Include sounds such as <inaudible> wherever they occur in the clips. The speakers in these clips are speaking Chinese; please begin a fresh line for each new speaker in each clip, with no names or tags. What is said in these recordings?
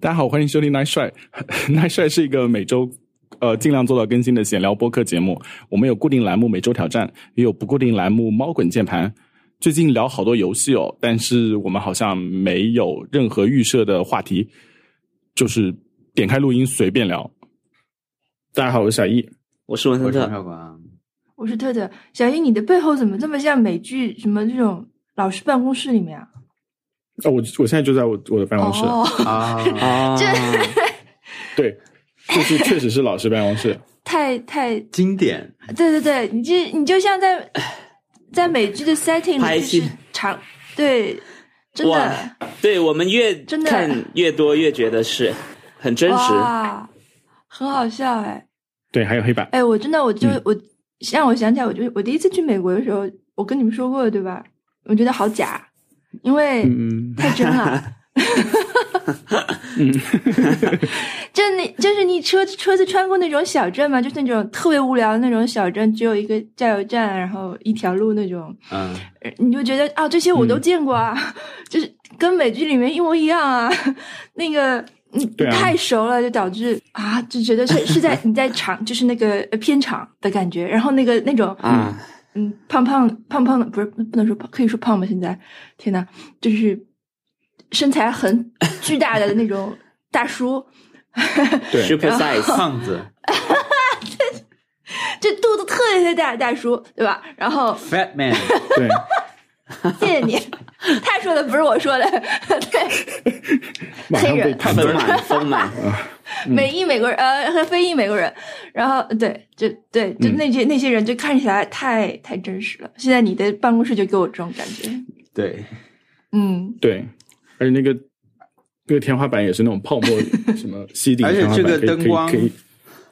大家好，欢迎收听 Nice <laughs> 帅，Nice 帅是一个每周呃尽量做到更新的闲聊播客节目。我们有固定栏目每周挑战，也有不固定栏目猫滚键盘。最近聊好多游戏哦，但是我们好像没有任何预设的话题，就是点开录音随便聊。大家好，我是小易。
我是文森
我是
特
王，小光，
我是特特，小英，你的背后怎么这么像美剧什么这种老师办公室里面啊？
哦，我我现在就在我我的办公室，
哦，
啊，
啊，
这
对，就是确实是老师办公室。
<laughs> 太太，
经典，
对对对，你这你就像在在美剧的 setting
拍
里，
戏
就是长对，真的
哇 <laughs> 对我们越
真的
看越多，越觉得是很真实。
哇，很好笑哎
对，还有黑板。
哎，我真的我就、
嗯
我让我想起来，我就我第一次去美国的时候，我跟你们说过的对吧？我觉得好假，因为
嗯
<laughs> 太真了。
<laughs>
<laughs>
嗯，
就那，就是你车车子穿过那种小镇嘛，就是那种特别无聊的那种小镇，只有一个加油站，然后一条路那种，
嗯，
呃你就觉得啊，这些我都
嗯
见过啊，就是跟美剧里面一模一样啊。 <laughs> 那个你
对啊
太熟了，就导致啊，就觉得是是
<laughs>
在你在场，就是那个呃片场的感觉。然后那个那种
啊，
嗯，胖胖胖胖的，不是不能说胖，可以说胖吗？现在，天呐，就是身材很巨大的那种大叔。
对
s u p
<laughs>
e r size，
嗯胖子
这肚子特别特别大的大叔，对吧？然后
，Fat Man，
对，
谢谢你，他说的不是我说的，对，
马上
黑
被
人
判
丰
断。
满 <laughs> 丰满，
美裔美国人呃和非裔美国人，然后对，就对，就
嗯
那些、那些人就看起来太太真实了。现在你的办公室就给我这种感觉，
对，
嗯，
对，而且那个那个天花板也是那种
<laughs>
泡沫什么吸顶
而且
天花板，
这个
可以
灯光
可
<laughs>
以可以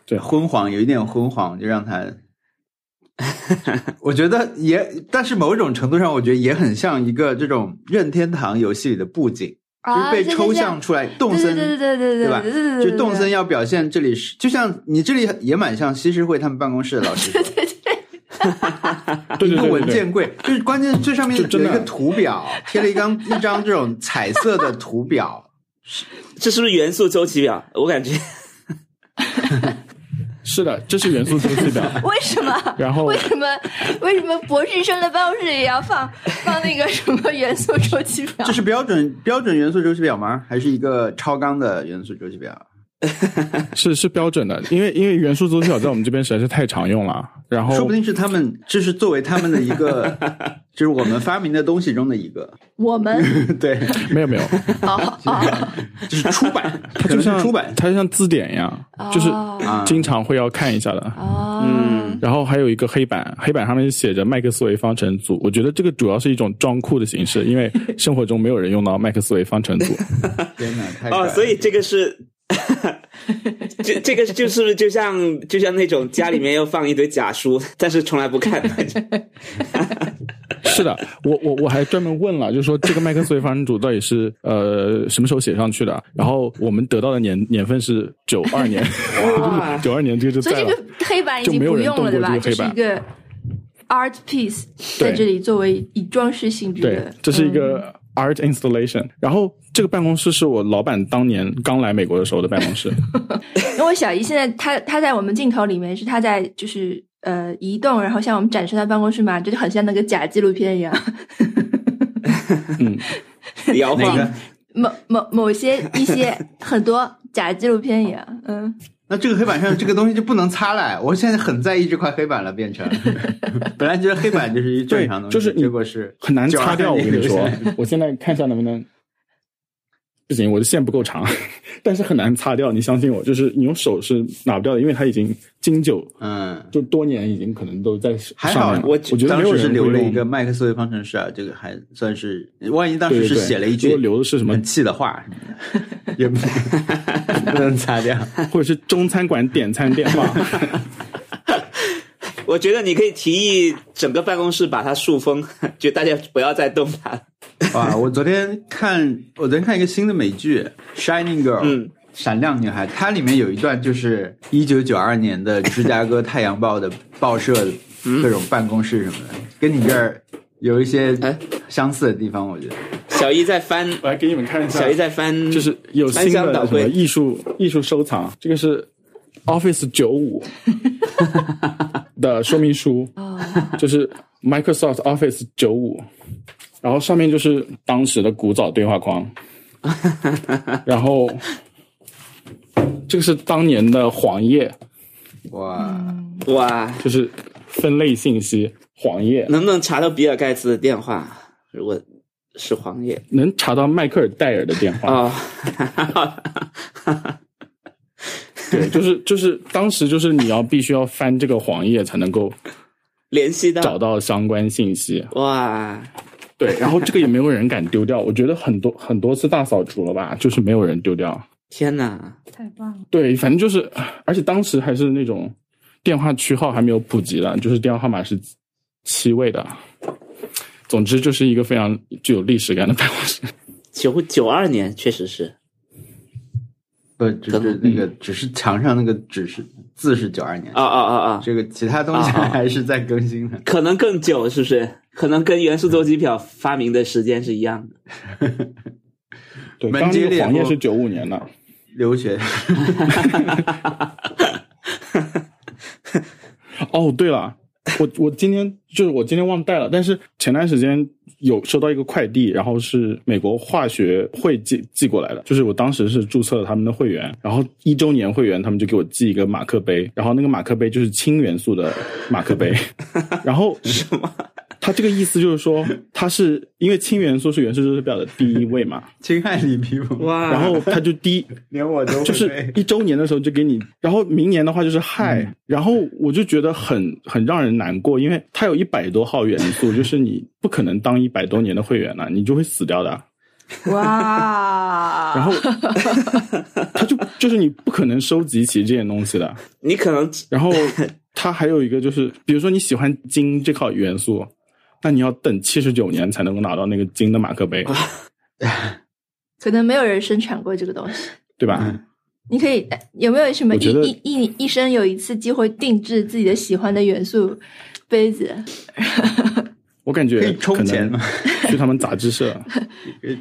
对
昏黄有一点昏黄，就让他， <laughs> 我觉得也，但是某种程度上，我觉得也很像一个这种任天堂游戏里的布景，就是
啊，
被
现在
抽
现在
象出来，动
对
森，
对对对对
对吧
对对对，
就动森
要
要表现这里是，就像你这里也蛮像西施会他们办公室的老
<laughs>
师说的，
对
一
对
个
对对
文
对，<laughs>
件柜，就是关键最上面
就真
有一
的
个图表，贴了一张一张这种彩色的图表，
这是不是元素周期表？我感觉
是的，这是元素周期表。
<laughs>
<laughs>
为什么？
然后
为什么为什么博士生的办公室也要
<laughs>
放放那个什么元素周期
<laughs>
表
这？是标准标准元素周期表吗？还是一个超纲的元素周期表？
是是标准的，因为因为元素周期表在我们这边实在是太常用了。然后
说不定是他们，这是作为他们的一个，
<laughs>
就是我们发明的东西中的一个，
我们
对，
没有
<laughs>
没有，
哦哦。
就是出版，
它
可
就
能是
像
出版啊
它就像字典一样，就是
哦
经常会要看一下的。
哦，
嗯
然后还有一个黑板，黑板上面写着麦克斯韦方程组。我觉得这个主要是一种装酷的形式，因为生活中没有人用到麦克斯韦方程组。
天哪，太帅
哦，
了
所以这个是。 <laughs> 这这个就是不是就像就像那种家里面要放一堆假书，但是从来不看，
<laughs> 是的，我我我还专门问了，就是说这个麦克斯韦方程组到底是呃什么时候写上去的？然后我们得到的年年份是九二年，
哇，
九二年这 <laughs> 个就
所以
在
这
了。
个黑板已
就
经
没有
不
人
用
动
了，
过
对吧？
这
这
个黑板
是一个 art piece 在
对
这里作为以装饰性质
对
的，，
这是一
嗯
个 art installation。然后这个办公室是我老板当年刚来美国的时候的办公室。
嗯。因为小姨现在她她在我们镜头里面是她在就是呃移动，然后向我们展示她办公室嘛，这就很像那个假纪录片
<laughs>
一样。
摇
哪
晃
个？
某某某些一些很多假纪录片一样，嗯，
那这个黑板上这个东西就不能擦了。我现在很在意这块黑板
<laughs>
了，变成本来觉得黑板就是一正常的
对就
东西，
是你
结果是
很难擦掉。我
92
跟你
留下
说
来，
我现在看一下能不能。不行，我的线不够长， <laughs> 但是很难擦掉。你相信我，就是你用手是拿不掉的，因为它已经经久，
嗯，
就多年已经可能都在
还
上
好
面了
我
我觉得没
当
有
时是
人
留
会
了一
用
个麦克斯韦方程式啊，这个还算是，万一当时
对
是
对对
写了一
如
句
果留的是什么
很气的话什么的，也不 <laughs> 不能擦 <laughs> 掉。
<laughs> 或者是中餐馆点餐电话。
<laughs> 我觉得你可以提议整个办公室把它塑封，就大家不要再动它了。
哇，我昨天看，我昨天看一个新的美剧《Shining Girl》，
嗯，
闪亮女孩，它里面有一段就是一九九二年的芝加哥太阳报的报社各种办公室什么的，跟你这儿有一些
哎
相似的地方，我觉得。
小一在翻，
<laughs> 我来给你们看一下，
小一在翻，
就是有
翻
新
箱
的
倒
什么
柜。
艺术艺术收藏，这个是 Office 九
<laughs>
五的说明书，
哦，
就是 Microsoft Office 九五，然后上面就是当时的古早对话
<laughs>
框，然后这个是当年的黄页，
哇，
哇，
就是分类信息黄页，
能不能查到比尔盖茨的电话？如果是黄页
能查到迈克尔戴尔的电话。
哦，哈哈哈
对，就是就是当时就是你要必须要翻这个黄页才能够
<laughs> 联系
找
到
到相关信息。
哇，
对，然后这个也没有人敢丢掉，我觉得很多很多次大扫除了吧，就是没有人丢掉。
天哪！
太棒了！
对，反正就是，而且当时还是那种电话区号还没有普及的，就是电话号码是七位的。总之就是一个非常具有历史感的办公室。
九九二年确实是
不，只是那个，只是墙上那个只是字是九二年，
啊啊啊啊，
这个其他东西
啊啊
还是在更新的。
可能更久，是不是？可能跟元素周期表发明的时间是一样的。
对，
蛮
刚刚
激
那
烈
个黄页
我
是九五年的，
留 <laughs> 学，
哦，对了，我我今天就是我今天忘带了，但是前段时间有收到一个快递，然后是美国化学会寄寄过来的，就是我当时是注册了他们的会员，然后一周年会员他们就给我寄一个马克杯，然后那个马克杯就是氢元素的马克 <laughs> 杯，然后什么？ <laughs> 它这个意思就是说，它是因为氢元素是元素周期表的第一位嘛，
秦汉礼皮肤，
哇，
嗯然后它就第一
连我都
就
会
是
背
一周年的时候就给你，然后明年的话就是嗨、
嗯
然后我就觉得很很让人难过，因为它有一百多号元素，就是你不可能当一百多年的会员了、你就会死掉的。
哇，
然后它就就是你不可能收集齐这些东西的。
你可能
然
<laughs>
后它还有一个就是，比如说你喜欢金这套元素，那你要等七十九年才能够拿到那个金的马克杯，
啊
可能没有人生产过这个东西。
对吧？
嗯
你可以哎有没有什么
我
一
觉得
一一一生有一次机会定制自己的喜欢的元素杯子？
我感
可以
觉
充
可
钱
能
吗
去他们杂志社，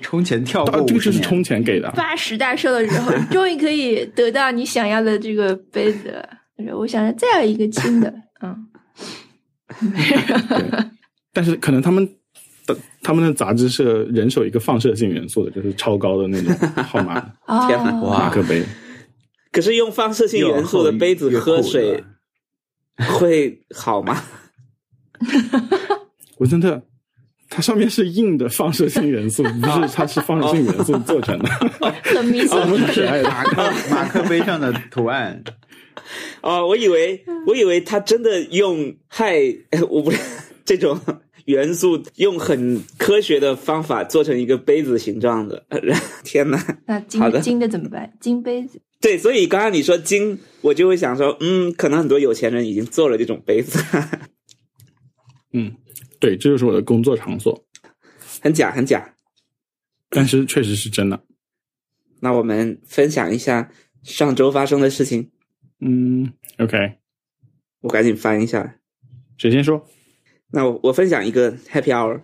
充钱跳
当
过
这
五
个就
十
是
年，
充钱给的。
八十大寿了之后，你终于可以得到你想要的这个杯子了。我想要再要一个新的，嗯，
但是可能他们的他们的杂志社人手一个放射性元素的，就是超高的那种号
<laughs>
码
<laughs>
啊、
天哪
马克杯。
可是用放射性元素的杯子
越厚越
喝
厚对
水
吧
会好吗？
文森特，它上面是硬的放射性元素，不是它是放射性元素做
<laughs>
成的，
很迷信
我。们很
是
可
啊
爱的。
马 <laughs> 克马克杯上的图案，
哦，我以为我以为他真的用氦，哎 <laughs> 我不是这种元素用很科学的方法做成一个杯子形状的。 <laughs> 天哪！
那
好
金
的
金的怎么办？金杯子，
对，所以刚刚你说金，我就会想说，嗯，可能很多有钱人已经做了这种杯子， <laughs>
嗯，对，这就是我的工作场所，
很假很假。
但是确实是真的。
那我们分享一下上周发生的事情，
嗯，OK，
我赶紧翻一下。
谁先说？
那我我分享一个 happy hour，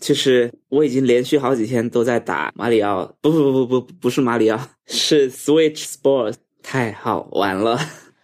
就是嗯 <sighs> 我已经连续好几天都在打马里奥，不不不不不不是马里奥，是 Switch Sports，太好玩了。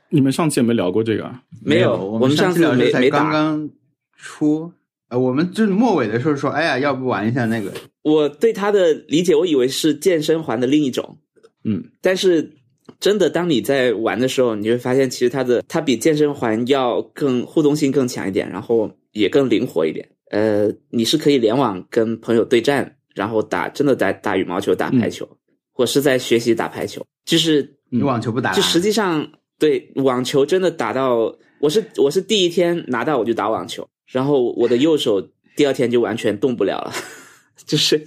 你们上期有没有聊过这个啊？
没有，
我
们上
上
次
聊
没
这
没
才
打。
刚刚出，呃，我们就是末尾的时候说，哎呀，要不玩一下那个，
我对它的理解，我以为是健身环的另一种，
嗯，
但是真的当你在玩的时候，你会发现其实它的它比健身环要更互动性更强一点，然后也更灵活一点。呃，你是可以联网跟朋友对战，然后打真的打打羽毛球、打排球。我是在学习打排球，就是
你网球不打了，
嗯就实际上对网球真的打到我是我是第一天拿到我就打网球，然后我的右手第二天就完全动不了 <laughs> 了，就是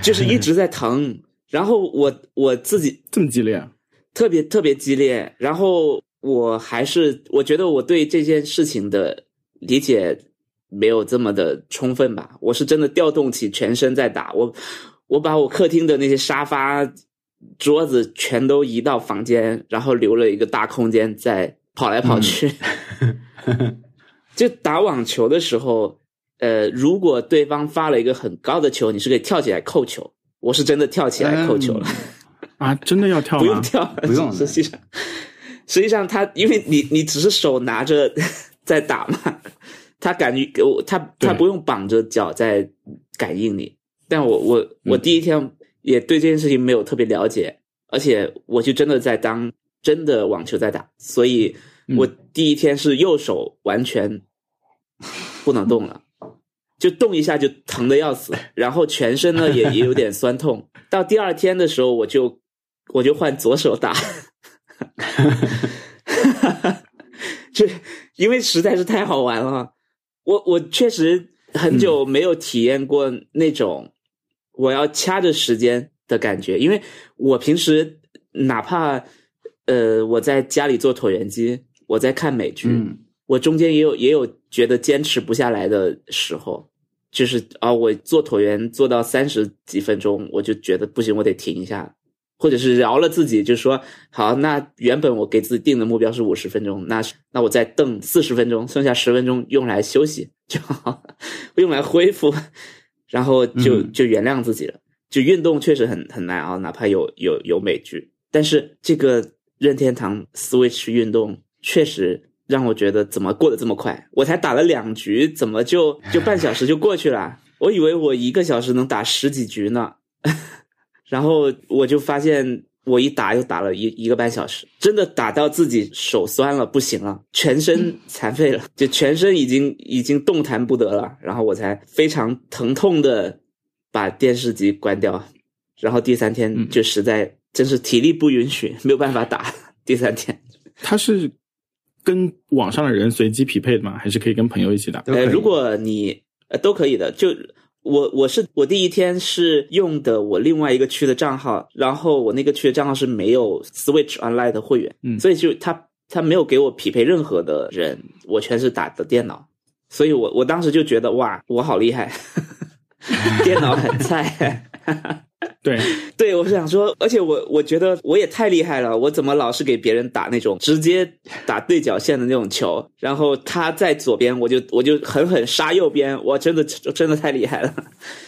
就是一直在疼。然后我我自己
这么激烈啊？
特别特别激烈，然后我还是我觉得我对这件事情的理解没有这么的充分吧，我是真的调动起全身在打，我我把我客厅的那些沙发、桌子全都移到房间，然后留了一个大空间在跑来跑去。就打网球的时候，呃，如果对方发了一个很高的球，你是可以跳起来扣球。我是真的跳起来扣球了，
啊，真的要跳
不用
吗？
跳，
不用
实际上，实际上他因为你你只是手拿着 <laughs> 在打嘛，他感觉我他
对
他不用绑着脚在感应你。但我我我第一天也对这件事情没有特别了解，而且我就真的在当真的网球在打，所以我第一天是右手完全不能动了。就动一下就疼的要死，然后全身呢也也有点酸痛。到第二天的时候，我就我就换左手打， <laughs> 就因为实在是太好玩了。我我确实很久没有体验过那种我要掐着时间的感觉，因为我平时哪怕呃我在家里做椭圆机，我在看美剧，
嗯，
我中间也有也有觉得坚持不下来的时候，就是啊，我做椭圆做到三十几分钟，我就觉得不行，我得停一下，或者是饶了自己，就说好，那原本我给自己定的目标是五十分钟，那那我再蹬四十分钟，剩下十分钟用来休息就好，用来恢复，然后就
嗯
就原谅自己了。就运动确实很很难啊熬，哪怕有有有美剧，但是这个任天堂 Switch 运动确实让我觉得怎么过得这么快？我才打了两局，怎么就就半小时就过去了？啊我以为我一个小时能打十几局呢，然后我就发现我一打又打了一一个半小时，真的打到自己手酸了，不行了，全身残废了，就全身已经已经动弹不得了，然后我才非常疼痛的把电视机关掉，然后第三天
嗯
就实在、真是体力不允许，没有办法打。第三天，
它是跟网上的人随机匹配的吗？还是可以跟朋友一起打？
都可以
呃，如果你呃都可以的，就我我是我第一天是用的我另外一个区的账号，然后我那个区的账号是没有 Switch Online 的会员，
嗯
所以就他他没有给我匹配任何的人，我全是打的电
<laughs>
脑，所以我我当时就觉得哇，我好厉害， <laughs> 电脑很菜。
对，
<laughs> 对，我是想说，而且我我觉得我也太厉害了，我怎么老是给别人打那种直接打对角线的那种球，然后他在左边，我就我就狠狠杀右边，我真的真的太厉害了。 <laughs>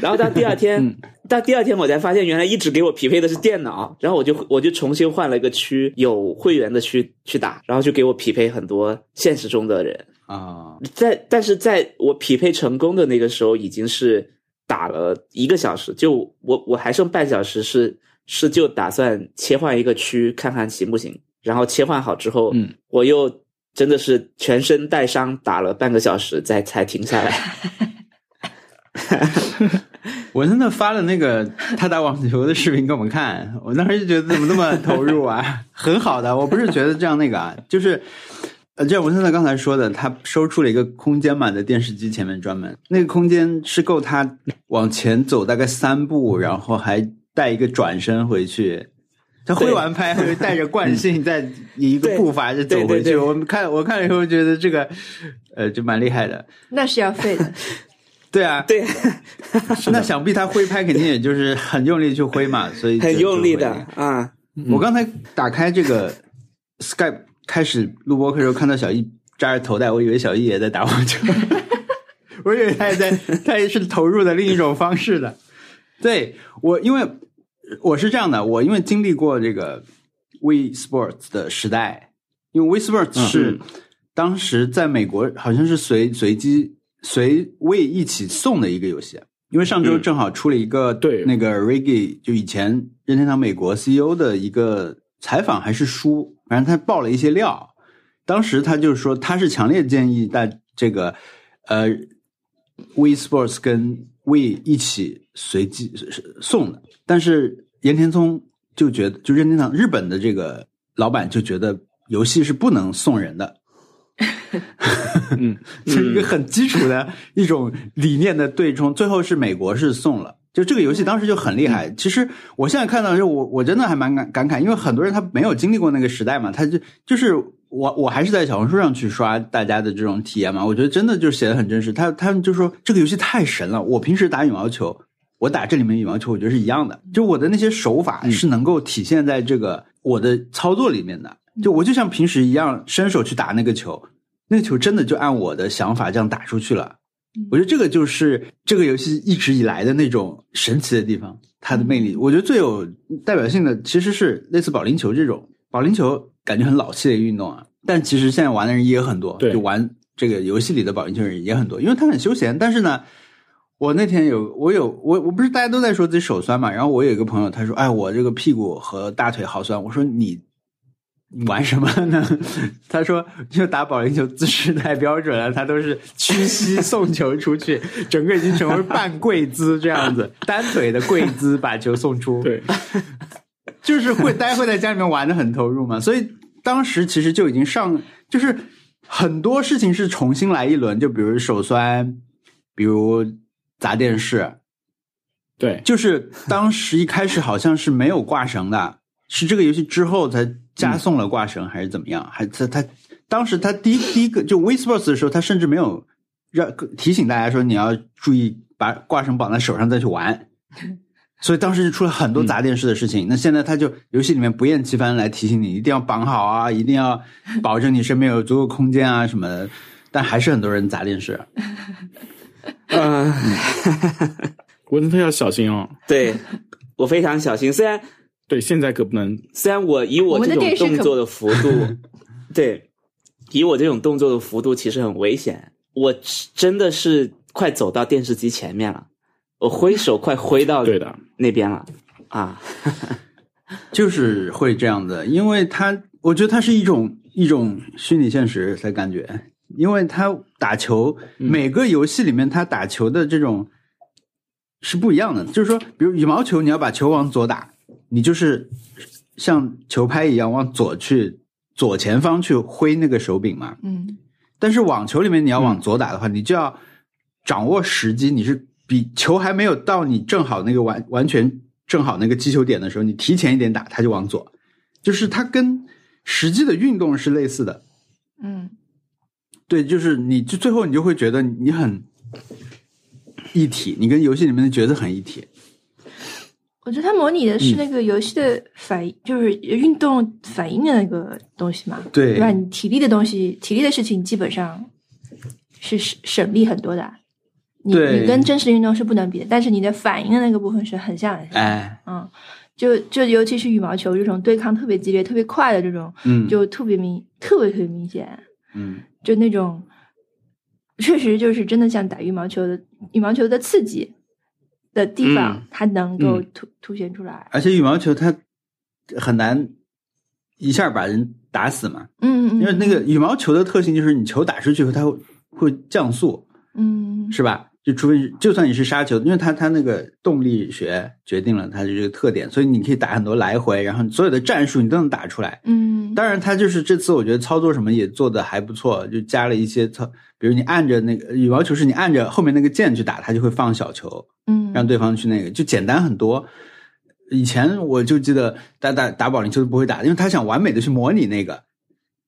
然后到第二天，到第二天我才发现，原来一直给我匹配的是电脑，然后我就我就重新换了一个区，有会员的区去打，然后就给我匹配很多现实中的人，
啊，
在但是在我匹配成功的那个时候，已经是打了一个小时，就我我还剩半小时是是就打算切换一个区看看行不行，然后切换好之后，
嗯，
我又真的是全身带伤打了半个小时再才停下来，
文森特发了那
<laughs>
个他打网球的视频给我们看，我当时就觉得怎么那么投入
<laughs>
啊，很好的。我不是觉得这样那个啊，就是呃，就像文森特刚才说的，他收出了一个空间嘛，在电视机前面专门那个空间是够他往前走大概三步，然后还带一个转身回去。他挥完拍，会带着惯性，再以一个
对
步伐就走回
对对
去。
对
我们看，我看了以后觉得这个，呃，就蛮厉害的。
那是要
<laughs>
废的。
对啊，
对，
那想必他挥拍肯定也就是很用力去
<laughs>
挥嘛，所以就
很用力的。
就会
啊，
我刚才打开这个 Skype 开始录播课的时候，看到小易扎着头带，我以为小易也在打
<laughs>
网球，我以为他也在，他也是投入的另一种方式的。对我，因为我是这样的，我因为经历过这个 We Sports 的时代，因为
嗯
We Sports 是当时在美国好像是随随机随 We 一起送的一个游戏，因为上周
嗯
正好出了一个
对
那个 Reggie 就以前任天堂美国 CEO 的一个采访还是书，反正他爆了一些料。当时他就说，他是强烈建议大这个呃，We Sports 跟 We 一起随机是是送的，但是岩田聪就觉得，就任天堂日本的这个老板就觉得游戏是不能送人的， <laughs>
嗯，
是一个很基础的一种理念的对冲。最后是美国是送了，就这个游戏当时就很厉
嗯
害。其实我现在看到，就我我真的还蛮感感慨，因为很多人他没有经历过那个时代嘛，他就就是我我还是在小红书上去刷大家的这种体验嘛，我觉得真的就是写的很真实。他他们就说这个游戏太神了，我平时打羽毛球。我打这里面羽毛球，我觉得是一样的，就我的那些手法是能够体现在这个我的操作里面的。就我就像平时一样，伸手去打那个球，那个球真的就按我的想法这样打出去了。我觉得这个就是这个游戏一直以来的那种神奇的地方，它的魅力。我觉得最有代表性的其实是类似保龄球这种，保龄球感觉很老气的一个运动啊，但其实现在玩的人也很多，
对
就玩这个游戏里的保龄球人也很多，因为它很休闲。但是呢，我那天有我有我我不是大家都在说自己手酸嘛，然后我有一个朋友他说，哎，我这个屁股和大腿好酸，我说你。你玩什么呢？ <laughs> 他说，就打保龄球姿势太标准了，他都是屈膝送球出去，整个已经成为半跪姿这样子，单腿的跪姿把球送出。
对，
就是会大家会在家里面玩的很投入嘛，所以当时其实就已经上，就是很多事情是重新来一轮，就比如手酸，比如砸电视，
对，
就是当时一开始好像是没有挂绳的， <laughs> 是这个游戏之后才加送了挂绳，还是怎么样？还他他当时他第一第一个就 Wii Sports 的时候，他甚至没有让提醒大家说你要注意把挂绳绑在手上再去玩。 <laughs> 所以当时就出了很多砸电视的事情。那现在他就游戏里面不厌其烦地来提醒你，一定要绑好啊，一定要保证你身边有足够空间啊什么的。但还是很多人砸电视。
嗯，
文森特要小心哦。
对我非常小心，虽然
对，现在可不能。
虽然我以
我
我
们
这
的
种
电视
动
可
作的幅度，
<laughs>
对，以我这种动作的幅度其实很危险。我真的是快走到电视机前面了，我挥手快挥到
对的，
那边了啊！
就是会这样的，因为它，我觉得它是一种一种虚拟现实的感觉，因为它打球，每个游戏里面它打球的这种是不一样的。就是说，比如羽毛球，你要把球往左打，你就是像球拍一样往左去左前方去挥那个手柄嘛。
嗯，
但是网球里面你要往左打的话，你就要掌握时机，你是比球还没有到你正好那个完完全正好那个击球点的时候，你提前一点打，它就往左，就是它跟实际的运动是类似的。
嗯，
对，就是你就最后你就会觉得你很一体，你跟游戏里面的角色很一体。
我觉得它模拟的
嗯
是那个游戏的反应，就是运动反应的那个东西嘛，
对
对吧？你体力的东西，体力的事情基本上是省省力很多的。啊你
对
你跟真实的运动是不能比的，但是你的反应的那个部分是很像很像。
哎，
嗯，就就尤其是羽毛球这种对抗特别激烈、特别快的这种，
嗯，
就特别明，特别特别明显。
嗯，
就那种，确实就是真的像打羽毛球的羽毛球的刺激的地方，
嗯
它能够
嗯
凸凸显出来。
而且羽毛球它很难一下把人打死嘛，
嗯嗯，
因为那个羽毛球的特性就是你球打出去以后，它会会降速，
嗯，
是吧？就除非是就算你是杀球，因为它它那个动力学决定了它的这个特点，所以你可以打很多来回，然后所有的战术你都能打出来。
嗯，
当然，它就是这次我觉得操作什么也做的还不错，就加了一些操，比如你按着那个羽毛球是你按着后面那个键去打，它就会放小球，
嗯
让对方去那个，就简单很多。以前我就记得打打打保龄球都不会打，因为他想完美的去模拟那个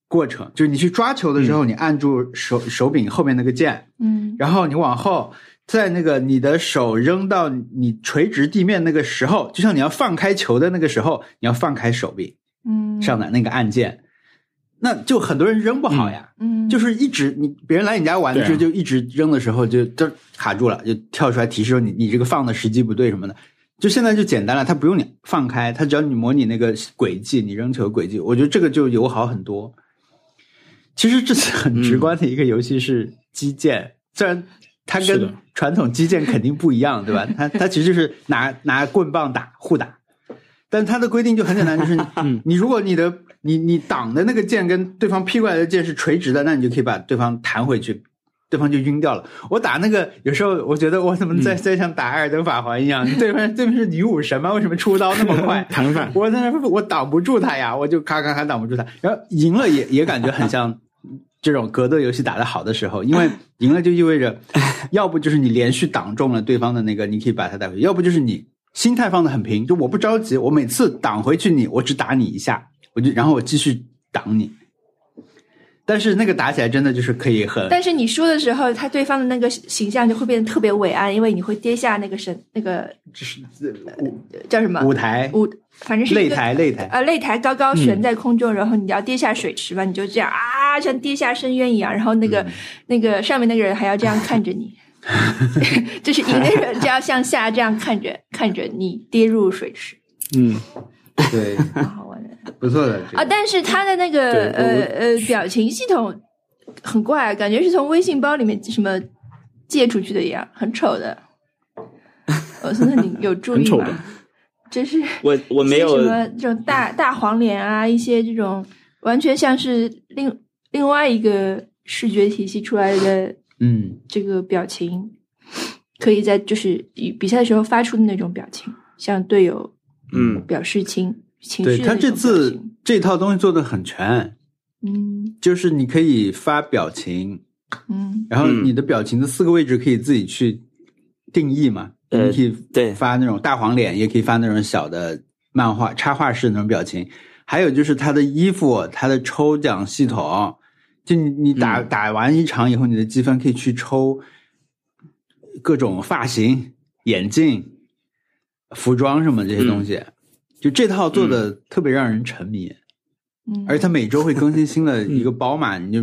过程，就是你去抓球的时候，你按住手手柄后面那个键，
嗯
然后你往后，在那个你的手扔到你垂直地面那个时候，就像你要放开球的那个时候，你要放开手臂
嗯
上的那个按键，那就很多人扔不好呀。
嗯
就是一直你别人来你家玩的时候，
对
就一直扔的时候就就卡住了，就跳出来提示说你你这个放的时机不对什么的。就现在就简单了，它不用你放开，它只要你模拟那个轨迹，你扔球轨迹，我觉得这个就友好很多。其实这次很直观的一个游戏是击剑，虽然它
是
跟
的？
传统击剑肯定不一样，对吧？它它其实就是拿拿棍棒打互打，但它的规定就很简单，就是你你如果你的你你挡的那个箭跟对方劈过来的箭是垂直的，那你就可以把对方弹回去，对方就晕掉了。我打那个有时候我觉得我怎么在在像打艾尔登法环一样，对面对面是女武神吗？为什么出刀那么快
弹反
<laughs> 我在那我挡不住他呀，我就咔咔咔挡不住他，然后赢了也也感觉很像这种格斗游戏打得好的时候，因为赢了就意味着，要不就是你连续挡中了对方的那个，你可以把他带回去；要不就是你心态放得很平，就我不着急，我每次挡回去你，我只打你一下，我就然后我继续挡你。但是那个打起来真的就是可以 <laughs> 很
但是你输的时候，他对方的那个形象就会变得特别伟岸，因为你会跌下那个神，那个
就是舞
叫什么
舞台
呃舞，反正是一
擂
个
台擂台，
呃，擂台高高悬在空中，然后你要跌下水池嘛，
嗯 <laughs>
你就这样啊，像跌下深渊一样，然后那个、那个上面那个人还要这样看着你，就是一个人这样向下这样看着看着你跌入
<laughs>
水池，
<laughs> 嗯，
对，
蛮好玩的
不错的。这个
呃啊！但是他的那个
对
呃
我
呃表情系统很怪，感觉是从微信包里面什么借出去的一样，很丑的。我说那你有注
很
意
丑的
吗？这是
我我没有
一些什么这种大大黄脸啊，一些这种完全像是另另外一个视觉体系出来的
嗯，
这个表情，可以在就是以比赛的时候发出的那种表情，向队友
嗯
表示情情
对
绪的
他
那
这
种表
次
情
这套东西做的很全，
嗯
就是你可以发表情，
嗯
然后
嗯
你的表情的四个位置可以自己去定义嘛，
呃
你可以
对
发那种大黄脸，也可以发那种小的漫画插画式那种表情。还有就是他的衣服，他的抽奖系统，就你你打、
嗯
打完一场以后，你的积分可以去抽各种发型、眼镜、服装什么这些
嗯
东西。就这套做的特别让人沉迷。
嗯，
而且它每周会更新新的
嗯
一个包嘛，你就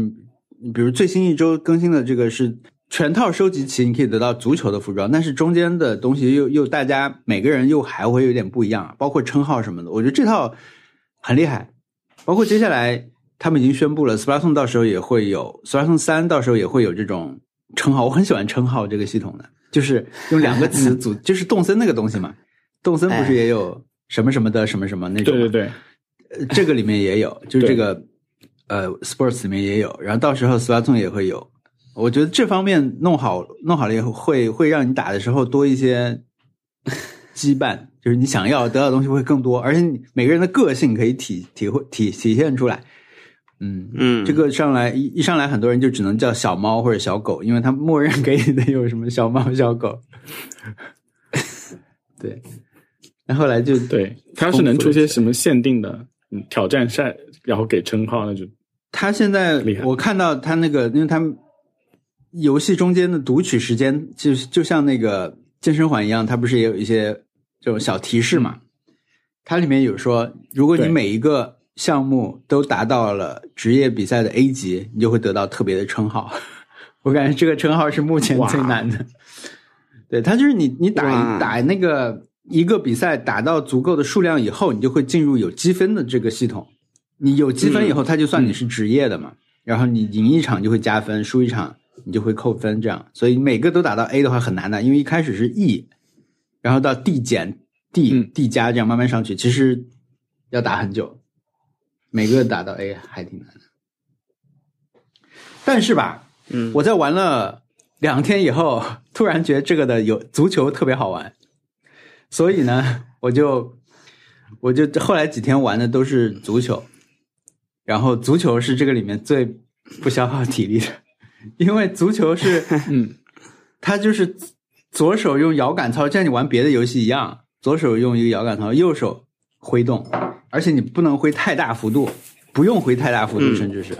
比如最新一周更新的这个是全套收集齐，你可以得到足球的服装，但是中间的东西又又大家每个人又还会有点不一样，包括称号什么的。我觉得这套很厉害，包括接下来他们已经宣布了 s p l a t o n 到时候也会有 s p l a t o n 三到时候也会有这种称号，我很喜欢称号这个系统的，就是用两个
<laughs>
词组，就是动森那个东西嘛，动森不是也有什么什么的什么什么那种
哎对
吗，
对对，
呃这个里面也有，就是
对
这个呃 sports 里面也有，然后到时候 Splatoon 也会有。我觉得这方面弄好弄好了以后，会会让你打的时候多一些羁绊，就是你想要得到的东西会更多，而且你每个人的个性可以体体会体体现出来。嗯，
嗯
这个上来一一上来，很多人就只能叫小猫或者小狗，因为它默认给你的有什么小猫小狗。 <laughs> 对，那后来就
对，它是能出
丰富
些
了起来
什么限定的嗯挑战赛，然后给称号，那就
他现在
厉害
我看到他那个，因为他们游戏中间的读取时间，就是就像那个健身环一样，它不是也有一些这种小提示嘛？它里面有说，如果你
嗯对
每一个项目都达到了职业比赛的 A 级，你就会得到特别的称号。我感觉这个称号是目前
哇
最难的。对，它就是你你打
哇
打那个一个比赛打到足够的数量以后，你就会进入有积分的这个系统。你有积分以后，
嗯
它就算你是职业的嘛，然后你赢一场就会加分，输一场你就会扣分，这样。所以每个都打到 A 的话很难的，因为一开始是 E，然后到 D 减 D
嗯
D 加这样慢慢上去，其实要打很久，每个打到 A 还挺难的。但是吧，
嗯，
我在玩了两天以后，突然觉得这个的有足球特别好玩，所以呢， <laughs> 我就我就后来几天玩的都是足球，然后足球是这个里面最不消耗体力的， <laughs> 因为足球是
嗯，
它就是左手用摇杆操，像你玩别的游戏一样，左手用一个摇杆操，右手挥动，而且你不能挥太大幅度，不用挥太大幅度，
嗯
甚至是，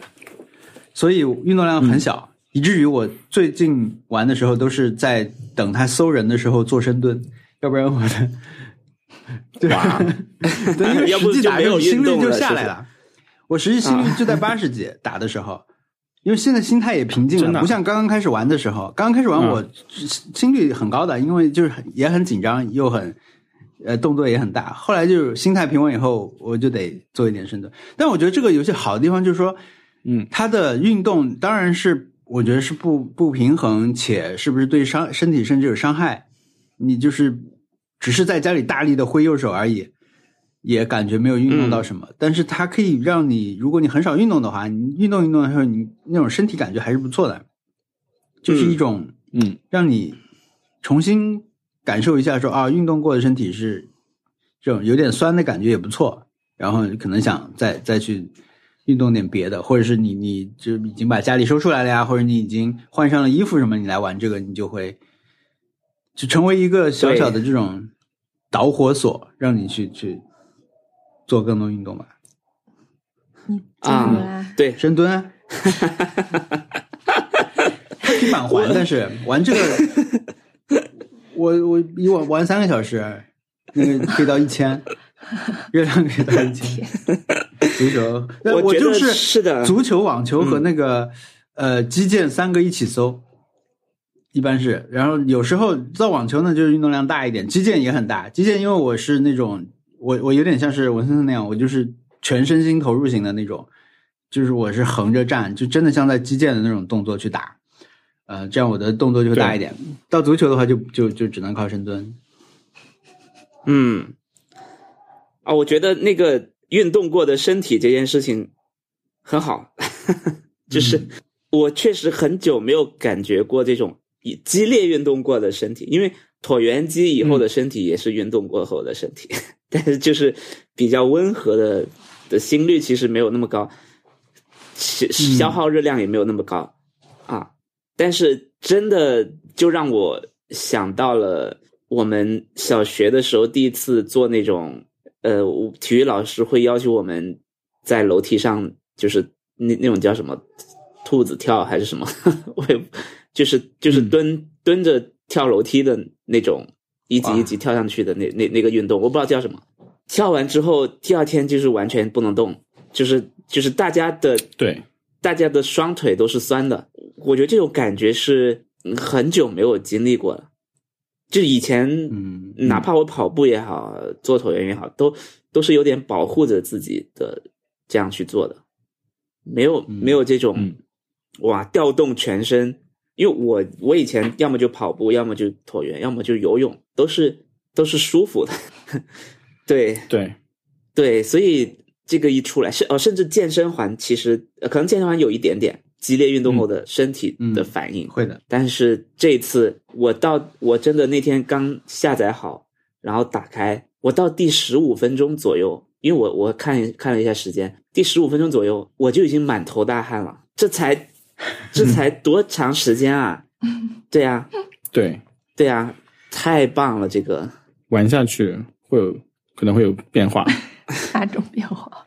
所以运动量很小，以至于我最近玩的时候都是在等它搜人的时候做深蹲，要不然我的。 <laughs> 对吧？对，因
<laughs>
为
要不
实际
就
打
没
的时候
有运
心率
动
就
了啊
下
是
来
不
了。我实际心率就在八十几打的时候，因为现在心态也平静
真的啊
了，不像刚刚开始玩的时候。刚刚开始玩
嗯
我心率很高的，因为就是很也很紧张，又很呃动作也很大。后来就是心态平稳以后，我就得做一点深蹲。但我觉得这个游戏好的地方就是说，
嗯，
它的运动当然是我觉得是不不平衡，且是不是对伤身体甚至有伤害。你就是只是在家里大力的挥右手而已，也感觉没有运动到什么。但是它可以让你，如果你很少运动的话，你运动运动的时候，你那种身体感觉还是不错的，就是一种
嗯，
让你重新感受一下说啊，运动过的身体是这种有点酸的感觉也不错，然后可能想再再去运动点别的，或者是你你就已经把家里收出来了呀，或者你已经换上了衣服什么，你来玩这个，你就会就成为一个小小的这种导火索，让你去去做更多运动吧，
你怎么啦？
对，
深
<laughs>
蹲、啊。挺满环，但是玩这个，我我以我玩三个小时，那个可以到一千，热量可以到
<laughs>
一千。足球，那
我觉
就
得
是
是的
足球、网球和那个、呃击剑三个一起搜，一般是，然后有时候造网球呢，就是运动量大一点，击剑也很大。击剑因为我是那种，我我有点像是文森特那样，我就是全身心投入型的那种，就是我是横着站，就真的像在击剑的那种动作去打。呃，这样我的动作就会大一点。到足球的话就，就就只能靠深蹲。
嗯，啊，我觉得那个运动过的身体这件事情很好，就是我确实很久没有感觉过这种以激烈运动过的身体，因为椭圆机以后的身体也是运动过后的身体， <laughs> 但是就是比较温和的的心率其实没有那么高，消消耗热量也没有那么高、啊，但是真的就让我想到了。我们小学的时候第一次做那种，呃，体育老师会要求我们在楼梯上，就是那那种叫什么兔子跳还是什么， <laughs> 我也就是就是蹲、蹲着跳楼梯的那种，一级一级跳上去的那那那个运动，我不知道叫什么。跳完之后，第二天就是完全不能动，就是就是大家的
对，
大家的双腿都是酸的。我觉得这种感觉是嗯很久没有经历过了。就以前，
嗯
哪怕我跑步也好，做椭圆也好，都都是有点保护着自己的这样去做的，没有
嗯
没有这种、
嗯
哇调动全身，因为我我以前要么就跑步，要么就椭圆，要么就游泳，都是都是舒服的， <laughs> 对，
对，
对，所以这个一出来，甚哦，甚至健身环其实、呃可能健身环有一点点激烈运
嗯
动后的身体的反应，
会的，
但是这次我到我真的那天刚下载好，然后打开，我到第十五分钟左右，因为我我看看了一下时间，第十五分钟左右我就已经满头大汗了，这才这才多长时间啊？对呀、
对，
对呀、太棒了，这个
玩下去会有可能会有变
<laughs>
化。
哪种变化？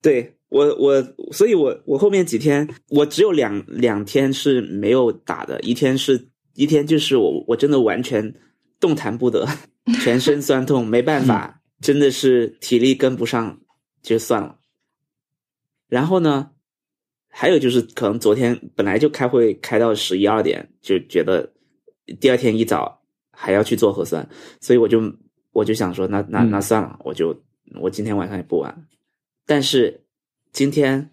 对我我，所以我我后面几天我只有两两天是没有打的，一天是一天就是我我真的完全动弹不得， <laughs> 全身酸痛，没办法，真的是体力跟不上就算了。然后呢，还有就是可能昨天本来就开会开到十一二点，就觉得第二天一早还要去做核酸，所以我就我就想说，那那那
嗯
算了，我就我今天晚上也不玩。但是
<laughs>
今天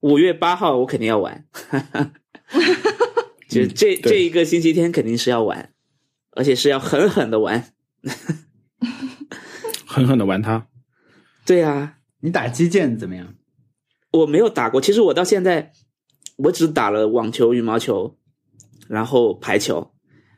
五月八号我肯定要玩， <laughs> 就
嗯
这、
对
这一个星期天肯定是要玩，而且是要狠狠的玩。
狠狠的玩它。
对啊，
你打击剑怎么样？
我没有打过，其实我到现在我只打了网球、羽毛球，然后排球，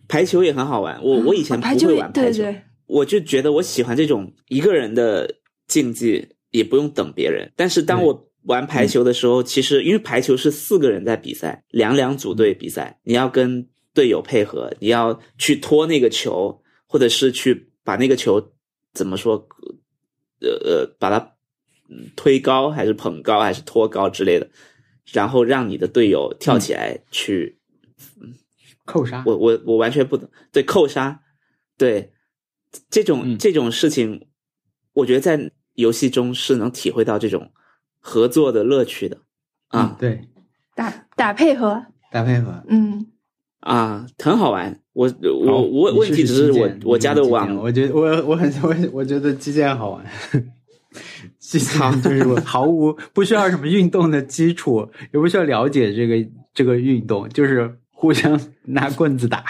排球也很好玩。我我以前不
哦排球
会
也
玩排
啊对
球，
对，
我就觉得我喜欢这种一个人的竞技，也不用等别人。但是当我玩排球的时候，其实因为排球是四个人在比赛，两两组队比赛，你要跟队友配合，你要去拖那个球，或者是去把那个球怎么说，呃呃，把它嗯推高还是捧高还是拖高之类的，然后让你的队友跳起来去。
扣杀？
我我我完全不懂，对扣杀，对这种
嗯
这种事情，我觉得在游戏中是能体会到这种合作的乐趣的
嗯
啊、
对，
打打配合，
打配合。
嗯，
啊，很好玩。我
好
我我问题只是我我家的
网，
网
我觉得我我很我我觉得击剑好玩，击剑就是我毫无不需要什么运动的基础，也不需要了解这个这个运动，就是互相 <laughs> 拿棍子打。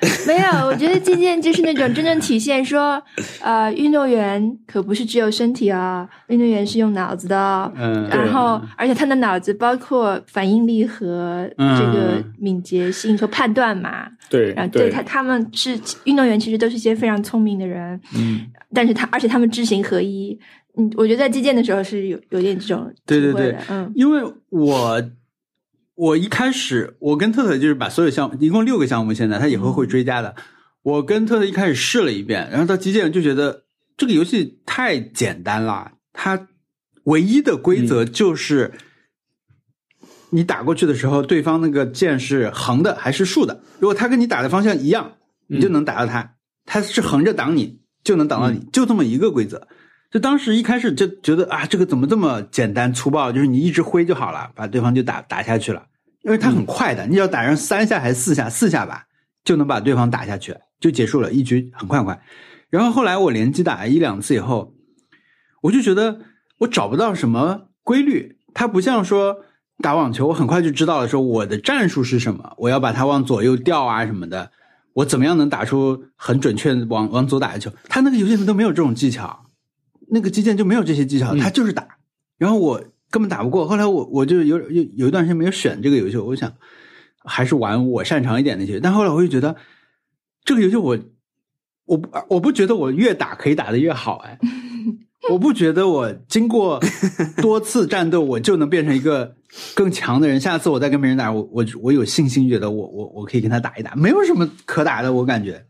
<laughs> 没有，我觉得击剑就是那种真正体现说，呃，运动员可不是只有身体啊，运动员是用脑子的啊。
嗯，
然后，而且他的脑子包括反应力和
嗯
这个敏捷性和判断嘛。
对
然后啊他，他们是运动员，其实都是一些非常聪明的人，
嗯，
但是他而且他们知行合一。嗯，我觉得在击剑的时候是有有点这种
对
体
对
会
对
的嗯，
因为我我一开始我跟特特就是把所有项目，一共六个项目，现在他以后会追加的。我跟特特一开始试了一遍，然后到击剑就觉得这个游戏太简单了，它唯一的规则就是你打过去的时候，对方那个剑是横的还是竖的。如果他跟你打的方向一样，你就能打到他；他是横着挡你，就能挡到你，就这么一个规则。就当时一开始就觉得啊，这个怎么这么简单粗暴？就是你一直挥就好了，把对方就打打下去了。因为他很快的，你只要打上三下还是四下，四下吧就能把对方打下去，就结束了，一局很快很快。然后后来我连击打一两次以后，我就觉得我找不到什么规律，它不像说打网球，我很快就知道了，说我的战术是什么，我要把它往左右调啊什么的，我怎么样能打出很准确地往往左打的球？他那个游戏里面都没有这种技巧，那个击剑就没有这些技巧，
嗯
他就是打。然后我根本打不过，后来我我就有有有一段时间没有选这个游戏，我想还是玩我擅长一点的游戏。但后来我就觉得这个游戏我我不我不觉得我越打可以打得越好哎，我不觉得我经过多次战斗我就能变成一个更强的人。下次我再跟别人打，我我我有信心觉得我我我可以跟他打一打，没有什么可打的，我感觉。